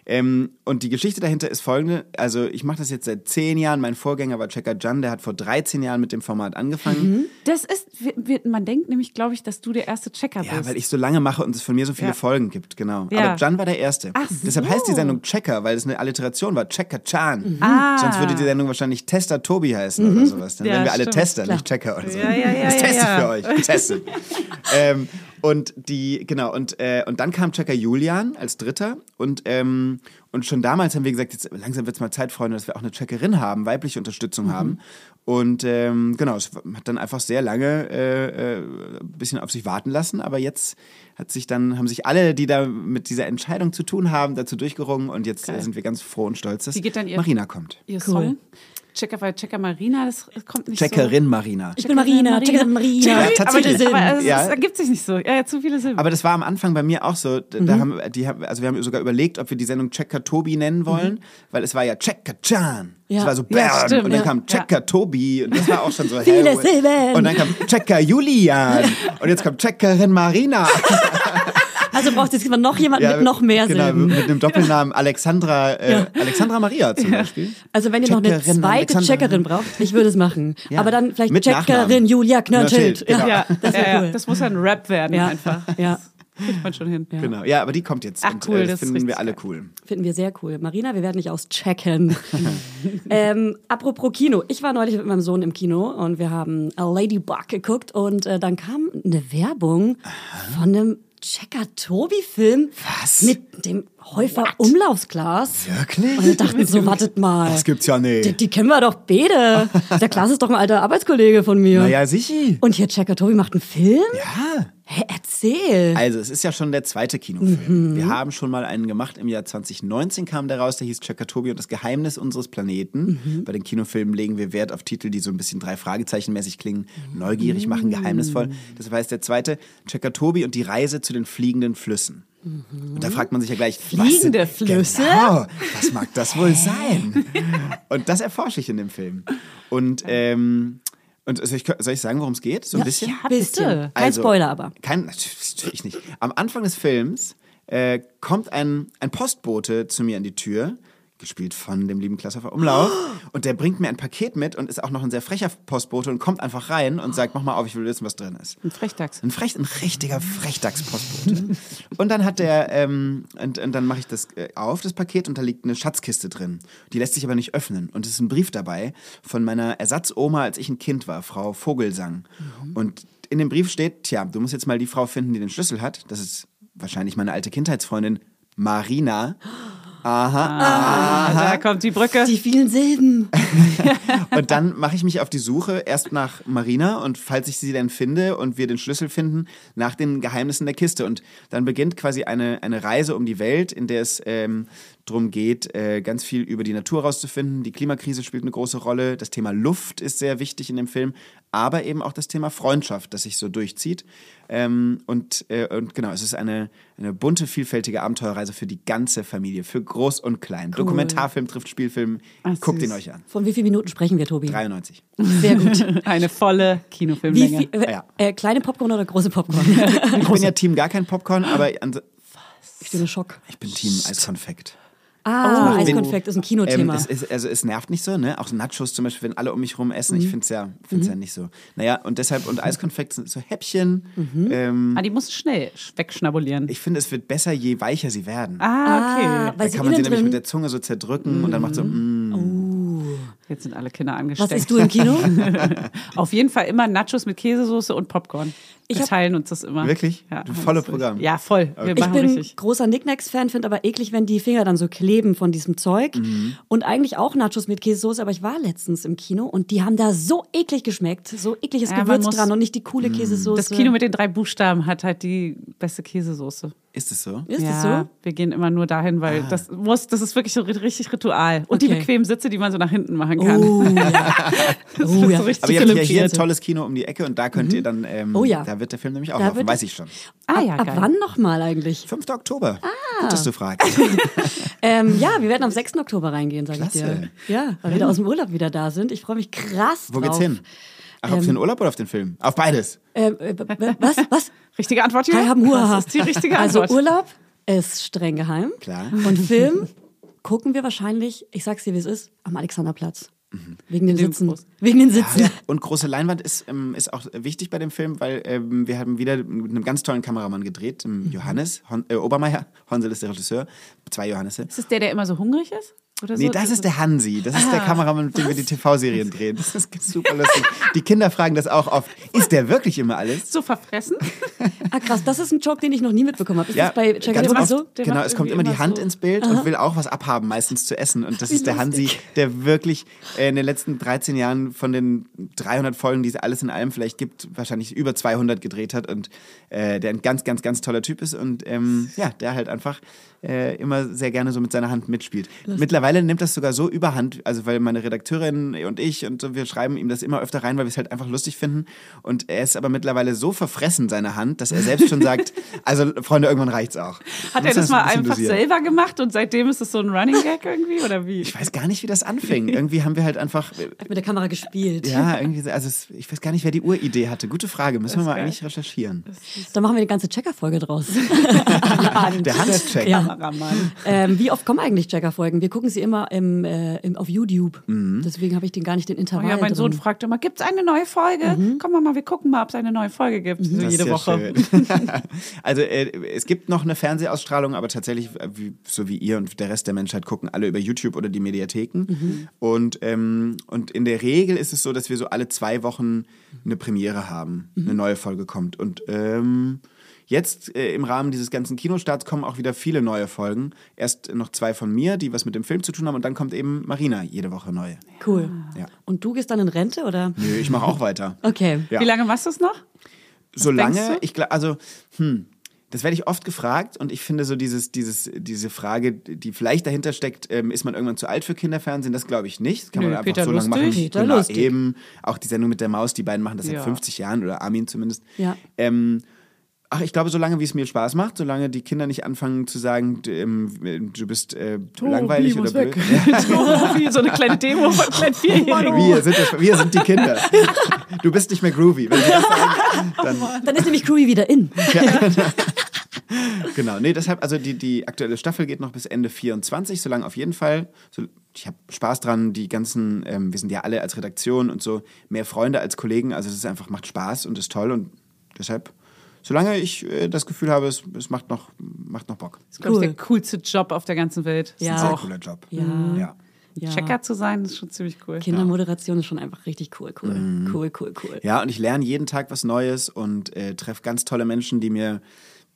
Speaker 2: Ähm, und die Geschichte dahinter ist folgende. Also ich mache das jetzt seit zehn Jahren. Mein Vorgänger war Checker Jan, der hat vor 13 Jahren mit dem Format angefangen.
Speaker 3: Das ist, wir- wir- man denkt nämlich, glaube ich, dass du der erste Checker
Speaker 2: Ja,
Speaker 3: bist.
Speaker 2: weil ich so lange mache und es von mir so viele
Speaker 3: Ja.
Speaker 2: Folgen gibt, genau.
Speaker 3: Ja.
Speaker 2: Aber Jan war der Erste.
Speaker 3: Ach so.
Speaker 2: Deshalb heißt die Sendung Checker, weil es eine Alliteration war. Checker Chan.
Speaker 3: Ah. Mhm.
Speaker 2: Sonst würde die Sendung wahrscheinlich Tester Tobi heißen oder sowas. Dann
Speaker 3: Ja,
Speaker 2: wären wir alle
Speaker 3: stimmt,
Speaker 2: Tester,
Speaker 1: klar.
Speaker 2: nicht Checker oder so.
Speaker 3: Ja, ja, ja,
Speaker 2: ich
Speaker 3: ja,
Speaker 2: teste
Speaker 3: ja.
Speaker 2: für euch. ich Teste. ähm, und die, genau, und, äh, und dann kam Checker Julian als Dritter und, ähm, und schon damals haben wir gesagt, jetzt langsam wird es mal Zeit, Freunde, dass wir auch eine Checkerin haben, weibliche
Speaker 3: Mhm.
Speaker 2: Unterstützung haben. Und ähm, genau, es hat dann einfach sehr lange äh, äh, ein bisschen auf sich warten lassen, aber jetzt hat sich dann, haben sich alle, die da mit dieser Entscheidung zu tun haben, dazu durchgerungen und jetzt äh, sind wir ganz froh und stolz, dass
Speaker 3: Wie geht dann ihr-
Speaker 2: Marina kommt.
Speaker 3: Ihr Song, Checker bei Checker Marina, das kommt nicht
Speaker 2: Checkerin Marina.
Speaker 1: Ich bin Marina. Checkerin Marina.
Speaker 2: Ja,
Speaker 1: Aber
Speaker 2: tatsächlich.
Speaker 1: die
Speaker 3: so.
Speaker 1: sind-
Speaker 3: Aber es,
Speaker 2: Ja.
Speaker 3: es ergibt sich nicht so. Ja, ja, zu viele Silben.
Speaker 2: Aber das war am Anfang bei mir auch so. Da
Speaker 1: Mhm.
Speaker 2: da haben, die, haben- also wir haben sogar überlegt, ob wir die Sendung Checker Tobi nennen wollen, weil es war ja Checker Chan.
Speaker 1: Mhm. Ja.
Speaker 2: Es war so
Speaker 1: Ja,
Speaker 2: Bern.
Speaker 3: stimmt,
Speaker 2: und dann
Speaker 3: ja.
Speaker 2: kam Checker Tobi und das war auch schon so
Speaker 1: Viele
Speaker 2: hey,
Speaker 1: Silben.
Speaker 2: Und dann kam Checker Julian und jetzt kommt Checkerin Marina.
Speaker 1: Also braucht jetzt immer noch jemand
Speaker 2: Ja,
Speaker 1: mit noch mehr
Speaker 2: genau,
Speaker 1: Silben.
Speaker 2: mit dem Doppelnamen Alexandra, äh, Alexandra Maria zum Beispiel.
Speaker 1: Also wenn ihr noch eine
Speaker 2: Checkerin,
Speaker 1: zweite
Speaker 2: Alexandra. Mhm.
Speaker 1: Checkerin braucht, ich würde es machen.
Speaker 2: Ja.
Speaker 1: Aber dann vielleicht
Speaker 2: Mit
Speaker 1: Checkerin
Speaker 2: Nachnamen.
Speaker 1: Julia Knörnschild.
Speaker 2: Knörnschild, genau.
Speaker 3: ja,
Speaker 1: das
Speaker 3: das,
Speaker 1: wäre
Speaker 3: ja,
Speaker 1: cool.
Speaker 3: ja. das muss ja ein Rap werden
Speaker 1: ja.
Speaker 3: einfach.
Speaker 1: ja,
Speaker 3: Kriegt man schon hin.
Speaker 2: Genau, ja, aber die kommt jetzt.
Speaker 3: Ach,
Speaker 2: und,
Speaker 3: cool,
Speaker 2: äh,
Speaker 3: das ist
Speaker 2: finden wir
Speaker 3: richtig
Speaker 2: alle
Speaker 3: geil.
Speaker 2: cool.
Speaker 1: finden wir sehr cool. Marina, wir werden dich auschecken. ähm, apropos Kino. Ich war neulich mit meinem Sohn im Kino und wir haben A Ladybug geguckt und äh, dann kam eine Werbung von einem Checker-Tobi-Film
Speaker 2: Was?
Speaker 1: mit dem Häufer Umlaufsglas.
Speaker 2: Wirklich?
Speaker 1: Und wir dachten so, wartet mal.
Speaker 2: Das gibt's ja nicht.
Speaker 1: Die, die kennen wir doch beide. Der Klaas ist doch ein alter Arbeitskollege von mir.
Speaker 2: Naja, sicher.
Speaker 1: Und hier Checker Tobi macht einen Film?
Speaker 2: Ja.
Speaker 1: Hä, erzähl.
Speaker 2: Also, es ist ja schon der zweite Kinofilm.
Speaker 3: Mhm.
Speaker 2: Wir haben schon mal einen gemacht. Im Jahr 2019 kam der raus, der hieß Checker Tobi und das Geheimnis unseres Planeten.
Speaker 3: Mhm.
Speaker 2: Bei den Kinofilmen legen wir Wert auf Titel, die so ein bisschen drei Fragezeichen mäßig klingen,
Speaker 3: Mhm.
Speaker 2: neugierig machen, geheimnisvoll. Deshalb heißt der zweite Checker Tobi und die Reise zu den fliegenden Flüssen. Und da fragt man sich ja gleich,
Speaker 3: Mhm. Fliegende
Speaker 2: was, sind-
Speaker 3: Flüsse?
Speaker 2: Genau, was mag das wohl sein? Und das erforsche ich in dem Film. Und, ähm, und soll ich, soll ich sagen, worum es geht? So ein bisschen?
Speaker 3: ja,
Speaker 1: Bisschen.
Speaker 3: bitte.
Speaker 1: Kein
Speaker 2: Also-
Speaker 1: Spoiler aber.
Speaker 2: Kein, natürlich nicht. Am Anfang des Films äh, kommt ein, ein Postbote zu mir an die Tür, gespielt von dem lieben Klasser Umlauf. Und der bringt mir ein Paket mit und ist auch noch ein sehr frecher Postbote und kommt einfach rein und sagt, mach mal auf, ich will wissen, was drin ist.
Speaker 3: Ein Frechdachs.
Speaker 2: Ein, frech, ein richtiger Frechdachs-Postbote. und dann hat der, ähm, und, und dann mache ich das äh, auf, das Paket, und da liegt eine Schatzkiste drin. Die lässt sich aber nicht öffnen. Und es ist ein Brief dabei von meiner Ersatzoma, als ich ein Kind war, Frau Vogelsang. Und in dem Brief steht, tja, du musst jetzt mal die Frau finden, die den Schlüssel hat. Das ist wahrscheinlich meine alte Kindheitsfreundin Marina.
Speaker 3: Ah, da kommt die Brücke.
Speaker 1: Die vielen Silben.
Speaker 2: Und dann mache ich mich auf die Suche erst nach Marina und falls ich sie dann finde und wir den Schlüssel finden, nach den Geheimnissen der Kiste. Und dann beginnt quasi eine, eine Reise um die Welt, in der es ähm, darum geht, äh, ganz viel über die Natur rauszufinden. Die Klimakrise spielt eine große Rolle. Das Thema Luft ist sehr wichtig in dem Film, aber eben auch das Thema Freundschaft, das sich so durchzieht. Ähm, und, äh, und genau, es ist eine, eine bunte, vielfältige Abenteuerreise für die ganze Familie, für Groß und Klein. Dokumentarfilm trifft Spielfilm.
Speaker 3: Ach,
Speaker 2: Guckt ihn
Speaker 3: süß.
Speaker 2: euch an.
Speaker 1: Von wie vielen Minuten sprechen wir, Tobi?
Speaker 2: 93.
Speaker 1: Sehr gut.
Speaker 3: Eine volle
Speaker 1: Wie
Speaker 3: Kinofilmlänge.
Speaker 1: viel, äh,
Speaker 2: Ja.
Speaker 1: äh, kleine Popcorn oder große Popcorn?
Speaker 2: Ich bin ja Team gar kein Popcorn, aber ans-
Speaker 1: ich bin im Schock.
Speaker 2: ich bin Team Eiskonfekt.
Speaker 1: Ah,
Speaker 2: Oh.
Speaker 1: Eiskonfekt ist ein
Speaker 2: Ähm,
Speaker 1: Kinothema.
Speaker 2: es, ist, also es nervt nicht so, ne? Auch Nachos zum Beispiel, wenn alle um mich rum essen,
Speaker 1: Mhm.
Speaker 2: ich finde es ja, find's ja nicht so. Naja, und deshalb, und Eiskonfekt sind so Häppchen.
Speaker 1: Mhm.
Speaker 2: Ähm,
Speaker 3: Ah, die muss schnell sch- wegschnabulieren.
Speaker 2: ich finde, es wird besser, je weicher sie werden.
Speaker 3: ah, okay.
Speaker 1: weil
Speaker 2: da
Speaker 1: sie
Speaker 2: kann man sie
Speaker 1: innen
Speaker 2: nämlich mit
Speaker 1: drin. Mhm.
Speaker 2: der Zunge so zerdrücken und dann macht so, mm,
Speaker 3: Jetzt sind alle Kinder
Speaker 1: Was
Speaker 3: angesteckt.
Speaker 1: isst du im Kino?
Speaker 3: Auf jeden Fall immer Nachos mit Käsesoße und Popcorn.
Speaker 1: Ich
Speaker 3: Wir
Speaker 1: hab-
Speaker 3: teilen uns das immer.
Speaker 2: Wirklich?
Speaker 3: Ja,
Speaker 2: Du
Speaker 3: haben
Speaker 2: volle
Speaker 3: das durch.
Speaker 2: Programm.
Speaker 3: Ja, voll. Wir
Speaker 1: Ich
Speaker 3: machen
Speaker 1: bin
Speaker 3: richtig.
Speaker 1: großer Knickknacks-Fan, finde aber eklig, wenn die Finger dann so kleben von diesem Zeug.
Speaker 3: Mhm.
Speaker 1: Und eigentlich auch Nachos mit Käsesoße, aber ich war letztens im Kino und die haben da so eklig geschmeckt. So ekliges
Speaker 3: Ja, man
Speaker 1: Gewürz
Speaker 3: muss- Mhm.
Speaker 1: dran und nicht die coole Käsesoße.
Speaker 3: Das Kino mit den drei Buchstaben hat halt die beste Käsesoße.
Speaker 2: Ist es so?
Speaker 1: Ist
Speaker 3: ja, Oh,
Speaker 1: das so?
Speaker 3: wir gehen immer nur dahin, weil
Speaker 2: Ah.
Speaker 3: das muss, das ist wirklich so ri- richtig Ritual. Und die
Speaker 1: Okay.
Speaker 3: bequemen Sitze, die man so nach hinten machen kann.
Speaker 1: Oh, ja.
Speaker 3: Das
Speaker 1: Oh,
Speaker 3: ist
Speaker 1: ja.
Speaker 3: so richtig
Speaker 2: Aber ihr habt ja
Speaker 3: gelübscht.
Speaker 2: hier ein tolles Kino um die Ecke und da könnt ihr dann, ähm,
Speaker 1: Oh ja.
Speaker 2: da wird der Film nämlich auch
Speaker 1: Da
Speaker 2: laufen,
Speaker 1: wird-
Speaker 2: weiß ich schon.
Speaker 3: Ah ja,
Speaker 1: Ab
Speaker 3: geil.
Speaker 1: wann nochmal eigentlich?
Speaker 2: 5. Oktober.
Speaker 1: Ah.
Speaker 2: Gut, dass du fragst.
Speaker 1: Ähm, ja, wir werden am 6. Oktober reingehen, sage ich
Speaker 2: Klasse.
Speaker 1: dir. Ja, weil wir da aus dem Urlaub wieder da sind. Ich freue mich krass
Speaker 2: Wo
Speaker 1: drauf.
Speaker 2: geht's hin? Ach, auf den Urlaub oder auf den Film? Auf beides.
Speaker 1: Ähm, äh, b- b- was? Was?
Speaker 3: Richtige Antwort,
Speaker 1: Hi,
Speaker 3: Julia?
Speaker 1: haben Hurra.
Speaker 3: Das ist die richtige
Speaker 1: Also
Speaker 3: Antwort.
Speaker 1: Urlaub ist streng geheim.
Speaker 2: Klar.
Speaker 1: Und Film gucken wir wahrscheinlich, ich sag's dir, wie es ist, am Alexanderplatz. Wegen den
Speaker 3: Mhm. dem
Speaker 1: Sitzen.
Speaker 3: Groß-
Speaker 1: Wegen den Sitzen.
Speaker 2: Und große Leinwand ist, ähm, ist auch wichtig bei dem Film, weil ähm, wir haben wieder mit einem ganz tollen Kameramann gedreht,
Speaker 3: Mhm.
Speaker 2: dem Johannes Hon äh, Obermeier. Honsel ist der Regisseur. Zwei Johannese.
Speaker 3: Ist es der, der immer so hungrig ist? Oder
Speaker 2: Nee,
Speaker 3: so? äh, Ah.
Speaker 2: das ist der Hansi. Das ist der Kameramann, mit dem wir die TV-Serien drehen. Das
Speaker 3: genau
Speaker 2: ist super lustig. Die Kinder fragen das auch oft. Ist der wirklich immer alles?
Speaker 3: so verfressen.
Speaker 1: Ah, krass, das ist ein Joke, den ich noch nie mitbekommen habe. Ist das bei Check
Speaker 2: ganz
Speaker 1: It Out
Speaker 2: oft,
Speaker 1: so?
Speaker 3: Der
Speaker 2: genau,
Speaker 3: macht
Speaker 2: es kommt immer
Speaker 3: irgendwie
Speaker 2: die
Speaker 3: immer
Speaker 2: Hand
Speaker 3: so.
Speaker 2: ins Bild und will auch was abhaben, meistens zu essen. Und das ist der Hansi, der wirklich äh, in den letzten 13 Jahren von den 300 Folgen, die es alles in allem vielleicht gibt, wahrscheinlich über 200 gedreht hat und äh, der ein ganz, ganz, ganz toller Typ ist und ähm, ja, der halt einfach äh, immer sehr gerne so mit seiner Hand mitspielt. Mittlerweile nimmt das sogar so überhand, also weil meine Redakteurin und ich und so, wir schreiben ihm das immer öfter rein, weil wir es halt einfach lustig finden. Und er ist aber mittlerweile so verfressen, seine Hand, dass er selbst schon sagt, also Freunde, irgendwann reicht's auch.
Speaker 3: Hat
Speaker 2: Muss
Speaker 3: er das
Speaker 2: ein
Speaker 3: mal
Speaker 2: bisschen
Speaker 3: einfach
Speaker 2: dosieren.
Speaker 3: selber gemacht und seitdem ist es so ein Running Gag irgendwie? Oder wie?
Speaker 2: Ich weiß gar nicht, wie das anfing. Irgendwie haben wir halt einfach.
Speaker 1: Hat mit der Kamera gespielt.
Speaker 2: Ja, irgendwie, so- also es- ich weiß gar nicht, wer die Uridee hatte. Gute Frage, müssen wir mal
Speaker 3: geil.
Speaker 2: eigentlich recherchieren.
Speaker 1: Da machen wir eine ganze Checker-Folge draus.
Speaker 2: Der Handcheck.
Speaker 1: Ja.
Speaker 3: Kameramann.
Speaker 1: ähm, wie oft kommen eigentlich Checker-Folgen? Wir gucken sie immer im, äh, im, auf YouTube. Deswegen habe ich den gar nicht den
Speaker 3: Mhm. Oh
Speaker 1: Intervall.
Speaker 3: ja, mein
Speaker 1: drin.
Speaker 3: Sohn fragt immer, gibt es eine neue Folge? Komm mal, wir gucken mal, ob es eine neue Folge gibt. So
Speaker 2: Mhm. Das ist
Speaker 3: jede
Speaker 2: ja
Speaker 3: Woche.
Speaker 2: schön. also äh, es gibt noch eine Fernsehausstrahlung, aber tatsächlich, äh, wie, so wie ihr und der Rest der Menschheit gucken alle über YouTube oder die Mediatheken.
Speaker 3: Mhm.
Speaker 2: Und, ähm, und in der Regel ist es so, dass wir so alle zwei Wochen eine Premiere haben,
Speaker 3: Mhm.
Speaker 2: eine neue Folge kommt. Und ähm, jetzt äh, im Rahmen dieses ganzen Kinostarts kommen auch wieder viele neue Folgen. Erst noch zwei von mir, die was mit dem Film zu tun haben, und dann kommt eben Marina jede Woche neue.
Speaker 1: Cool.
Speaker 3: Ah.
Speaker 2: Ja.
Speaker 1: Und du gehst dann in Rente oder?
Speaker 2: Nö, ich mache auch weiter.
Speaker 1: Okay.
Speaker 2: Ja.
Speaker 3: Wie lange machst du es noch? denkst
Speaker 2: Solange,
Speaker 3: du?
Speaker 2: ich glaube, also, hm, das werde ich oft gefragt und ich finde so dieses, dieses, diese Frage, die vielleicht dahinter steckt, ähm, ist man irgendwann zu alt für Kinderfernsehen? Das glaube ich nicht. Das kann
Speaker 3: Nö,
Speaker 2: man einfach
Speaker 3: Peter
Speaker 2: so lange machen.
Speaker 3: Lustig.
Speaker 1: Peter
Speaker 2: genau,
Speaker 1: Lustig.
Speaker 2: eben. Auch die Sendung mit der Maus, die beiden machen das
Speaker 3: Ja.
Speaker 2: seit 50 Jahren oder Armin zumindest.
Speaker 1: Ja.
Speaker 2: Ähm, Ach, ich glaube, solange wie es mir Spaß macht, solange die Kinder nicht anfangen zu sagen, d- ähm, du bist äh, langweilig oder
Speaker 3: muss
Speaker 2: blöd.
Speaker 3: weg. Wie so eine kleine Demo von kleinen Vierjährigen.
Speaker 2: Wir sind, das, wir sind die Kinder. Du bist nicht mehr groovy. Wenn sie das sagen, dann,
Speaker 1: Dann ist nämlich Crewy wieder in.
Speaker 2: Genau, nee, deshalb, also die, die aktuelle Staffel geht noch bis Ende 24, solange auf jeden Fall. So, ich habe Spaß dran, die ganzen, ähm, wir sind ja alle als Redaktion und so mehr Freunde als Kollegen, also das ist einfach, macht Spaß und ist toll und deshalb, solange ich äh, das Gefühl habe, es, es macht, noch, macht noch Bock.
Speaker 3: Das ist, glaube
Speaker 1: Cool.
Speaker 3: ich, der coolste Job auf der ganzen Welt.
Speaker 1: Ja.
Speaker 2: Ein sehr
Speaker 1: Auch.
Speaker 2: cooler Job.
Speaker 1: Ja.
Speaker 2: ja.
Speaker 1: Ja.
Speaker 3: Checker zu sein, ist schon ziemlich cool.
Speaker 1: Kindermoderation ist schon einfach richtig cool, cool,
Speaker 3: Mhm.
Speaker 1: cool, cool, cool.
Speaker 2: Ja, und ich lerne jeden Tag was Neues und äh, treffe ganz tolle Menschen, die mir,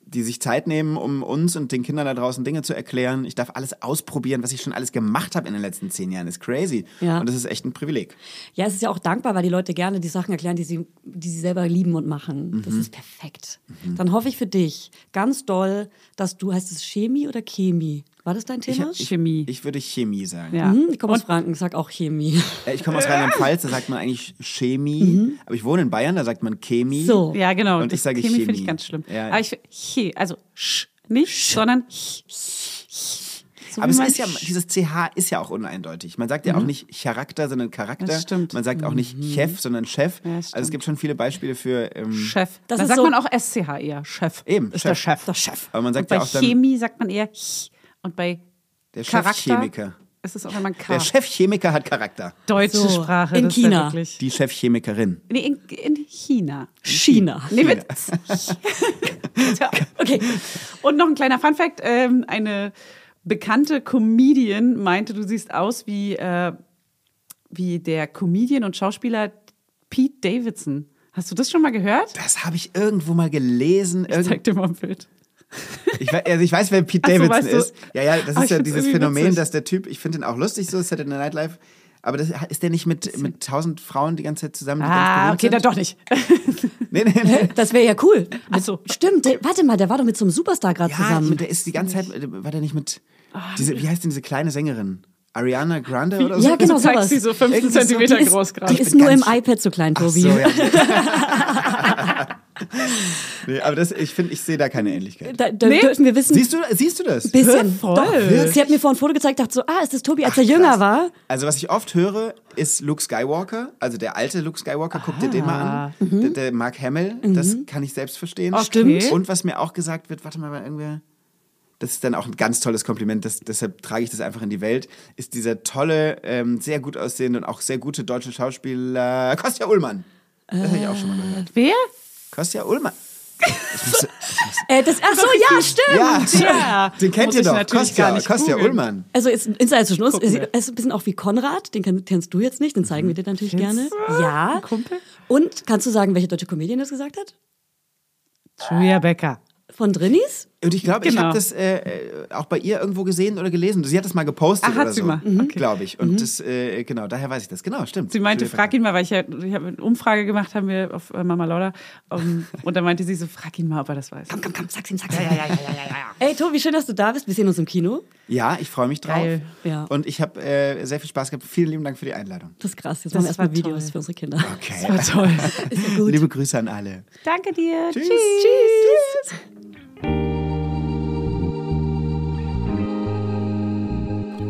Speaker 2: die sich Zeit nehmen, um uns und den Kindern da draußen Dinge zu erklären. Ich darf alles ausprobieren, was ich schon alles gemacht habe in den letzten zehn Jahren. Ist crazy.
Speaker 1: Ja.
Speaker 2: Und das ist echt ein Privileg.
Speaker 1: Ja, es ist ja auch dankbar, weil die Leute gerne die Sachen erklären, die sie, die sie selber lieben und machen. Das
Speaker 3: Mhm.
Speaker 1: ist perfekt. Dann hoffe ich für dich ganz doll, dass du, heißt es Chemie oder Chemie? War das dein Thema?
Speaker 3: ich- Chemie.
Speaker 2: Ich Mhm. würde Chemie sagen.
Speaker 3: Ja.
Speaker 1: Hm, ich komme aus Franken, sag auch Chemie.
Speaker 2: Äh, Ich komme aus Rheinland-Pfalz, da sagt man eigentlich Chemie. Aber ich wohne in Bayern, da sagt man Chemie.
Speaker 1: So.
Speaker 3: Mhm. Ja, genau.
Speaker 2: Und ich
Speaker 3: Das
Speaker 2: sage
Speaker 3: Chemie
Speaker 2: Chemie.
Speaker 3: finde ich ganz schlimm.
Speaker 2: Ja,
Speaker 3: Aber
Speaker 2: ja.
Speaker 3: ich, he, also sch, nicht, sondern ch. So
Speaker 2: Aber
Speaker 3: wie
Speaker 2: es
Speaker 3: man
Speaker 2: ist ja,
Speaker 3: sch-
Speaker 2: dieses CH ist ja auch uneindeutig. Man sagt ja auch nicht Charakter, sondern Charakter.
Speaker 3: Mhm. Das stimmt. Mhm.
Speaker 2: Man sagt auch nicht Chef, sondern Chef.
Speaker 3: Ja, das
Speaker 2: also es
Speaker 3: stimmt.
Speaker 2: gibt schon viele Beispiele für. Ähm,
Speaker 3: Chef.
Speaker 1: Das
Speaker 3: da
Speaker 1: ist
Speaker 3: sagt
Speaker 1: so-
Speaker 3: man auch SCH eher. E Chef.
Speaker 2: Eben, Chef.
Speaker 3: Ist der Chef.
Speaker 1: Der Chef.
Speaker 2: aber man
Speaker 3: Und
Speaker 2: sagt
Speaker 3: bei
Speaker 2: ja auch dann.
Speaker 3: Chemie sagt man eher ch. Und bei
Speaker 2: Der Chefchemiker.
Speaker 3: Charakter ist es auch immer ein K.
Speaker 2: Der Chefchemiker hat Charakter.
Speaker 3: Deutsche
Speaker 1: So,
Speaker 3: Sprache.
Speaker 1: in
Speaker 3: das ist ja
Speaker 1: China.
Speaker 3: wirklich-
Speaker 2: Die Chefchemikerin.
Speaker 3: Nee, in, in China.
Speaker 1: China.
Speaker 3: Nee, mit Tja.
Speaker 1: Okay.
Speaker 3: Und noch ein kleiner Funfact: ähm, Eine bekannte Comedian meinte, du siehst aus wie, äh, wie der Comedian und Schauspieler Pete Davidson. Hast du das schon mal gehört?
Speaker 2: Das habe ich irgendwo mal gelesen.
Speaker 3: Ich
Speaker 2: irgend-
Speaker 3: zeig dir mal ein Bild.
Speaker 2: Ich, wei- also ich weiß, wer Pete
Speaker 3: Ach so,
Speaker 2: Davidson
Speaker 3: weißt du.
Speaker 2: ist. Ja, ja, das
Speaker 3: Ah,
Speaker 2: ist
Speaker 3: ich
Speaker 2: ja
Speaker 3: find's
Speaker 2: dieses
Speaker 3: irgendwie
Speaker 2: Phänomen,
Speaker 3: witzig.
Speaker 2: dass der Typ, ich finde ihn auch lustig, so Saturday Night Live, aber das, ist der nicht mit, mit tausend Frauen die ganze Zeit zusammen? Die
Speaker 3: Ah,
Speaker 2: ganz
Speaker 3: okay,
Speaker 2: berühmt
Speaker 3: dann doch nicht.
Speaker 2: sind? Nee, nee, nee.
Speaker 1: Das wäre ja cool.
Speaker 3: Ach so.
Speaker 1: Stimmt, der, warte mal, der war doch mit so einem Superstar gerade
Speaker 2: Ja,
Speaker 1: zusammen.
Speaker 2: mit der ist die ganze Zeit, war der nicht mit,
Speaker 3: Ah,
Speaker 2: diese, wie heißt denn diese kleine Sängerin? Ariana Grande oder so?
Speaker 1: Ja, genau
Speaker 3: du zeigst
Speaker 1: sowas.
Speaker 3: sie so 15
Speaker 2: Irgendwie so,
Speaker 3: Zentimeter
Speaker 1: die ist,
Speaker 3: groß gerade.
Speaker 1: Die
Speaker 2: Ich
Speaker 1: ist
Speaker 2: bin
Speaker 1: nur im
Speaker 2: ganz-
Speaker 1: iPad so klein, Tobi.
Speaker 2: So, ja. nee, aber das, ich finde, ich sehe da keine Ähnlichkeit.
Speaker 1: Da, da
Speaker 3: Nee.
Speaker 1: dürfen wir wissen,
Speaker 2: Siehst du, siehst du das?
Speaker 1: bisschen.
Speaker 3: Voll.
Speaker 1: Doch. Sie hat mir vorhin ein Foto gezeigt, dachte so, ah, ist das Tobi, als er jünger war?
Speaker 2: Also was ich oft höre, ist Luke Skywalker, also der alte Luke Skywalker, guck dir den
Speaker 3: Ah.
Speaker 2: mal an. Der, der Mark Hamill, das kann ich selbst verstehen.
Speaker 3: Okay. Mhm. Oh, Stimmt.
Speaker 2: Und was mir auch gesagt wird, warte mal, irgendwer, das ist dann auch ein ganz tolles Kompliment, das, deshalb trage ich das einfach in die Welt, ist dieser tolle, ähm, sehr gut aussehende und auch sehr gute deutsche Schauspieler Kostja Ullmann. Das habe ich auch schon mal gehört.
Speaker 3: Wer?
Speaker 2: Kostja Ullmann.
Speaker 1: Äh, das, ach so, ja, stimmt.
Speaker 2: Ja,
Speaker 3: Ja.
Speaker 2: den kennt
Speaker 3: Muss
Speaker 2: ihr
Speaker 3: ich
Speaker 2: doch.
Speaker 3: natürlich gar
Speaker 2: Kostja,
Speaker 3: nicht
Speaker 2: Kostja
Speaker 3: googeln.
Speaker 2: Ullmann.
Speaker 1: Also ist ein Insider zwischen uns.
Speaker 3: Gucken
Speaker 1: Er
Speaker 3: wir.
Speaker 1: sieht- er ist ein bisschen auch wie Konrad, den kenn- kennst du jetzt nicht, den zeigen wir dir natürlich gerne.
Speaker 3: Kennst
Speaker 1: Ja.
Speaker 3: Kumpel?
Speaker 1: Und kannst du sagen, welche deutsche Comedian das gesagt hat?
Speaker 3: Julia Becker.
Speaker 1: Von Drinnies?
Speaker 2: Und ich glaube, ich
Speaker 3: Genau.
Speaker 2: habe das äh, äh, auch bei ihr irgendwo gesehen oder gelesen. Sie hat das mal gepostet
Speaker 3: Ach, hat
Speaker 2: oder
Speaker 3: sie
Speaker 2: so,
Speaker 3: mal. Mhm.
Speaker 2: glaube ich. Und das, äh, genau, daher weiß ich das. Genau, stimmt.
Speaker 3: Sie meinte,
Speaker 2: Julia
Speaker 3: frag
Speaker 2: Becker.
Speaker 3: ihn mal, weil ich, ja, ich habe eine Umfrage gemacht, haben wir auf äh, Mama Lauda. Um, und dann meinte sie so, frag ihn mal, ob er das weiß.
Speaker 1: Komm, komm, komm, sag's ihm, sag's ihm. Ja, ja, ja, ja, ja, ja. Ey, Tobi, schön, dass du da bist. Wir sehen uns im Kino.
Speaker 2: Ja, ich freue mich drauf.
Speaker 3: Geil.
Speaker 1: Ja.
Speaker 2: Und ich habe äh, sehr viel Spaß gehabt. Vielen lieben Dank für die Einladung.
Speaker 1: Das ist krass. Jetzt
Speaker 3: Das
Speaker 1: machen wir erstmal
Speaker 3: war
Speaker 1: Videos
Speaker 3: toll.
Speaker 1: für unsere Kinder.
Speaker 2: Okay.
Speaker 3: Das war toll.
Speaker 1: Ist ja gut.
Speaker 2: Liebe Grüße an alle.
Speaker 3: Danke dir.
Speaker 2: Tschüss.
Speaker 3: Tschüss.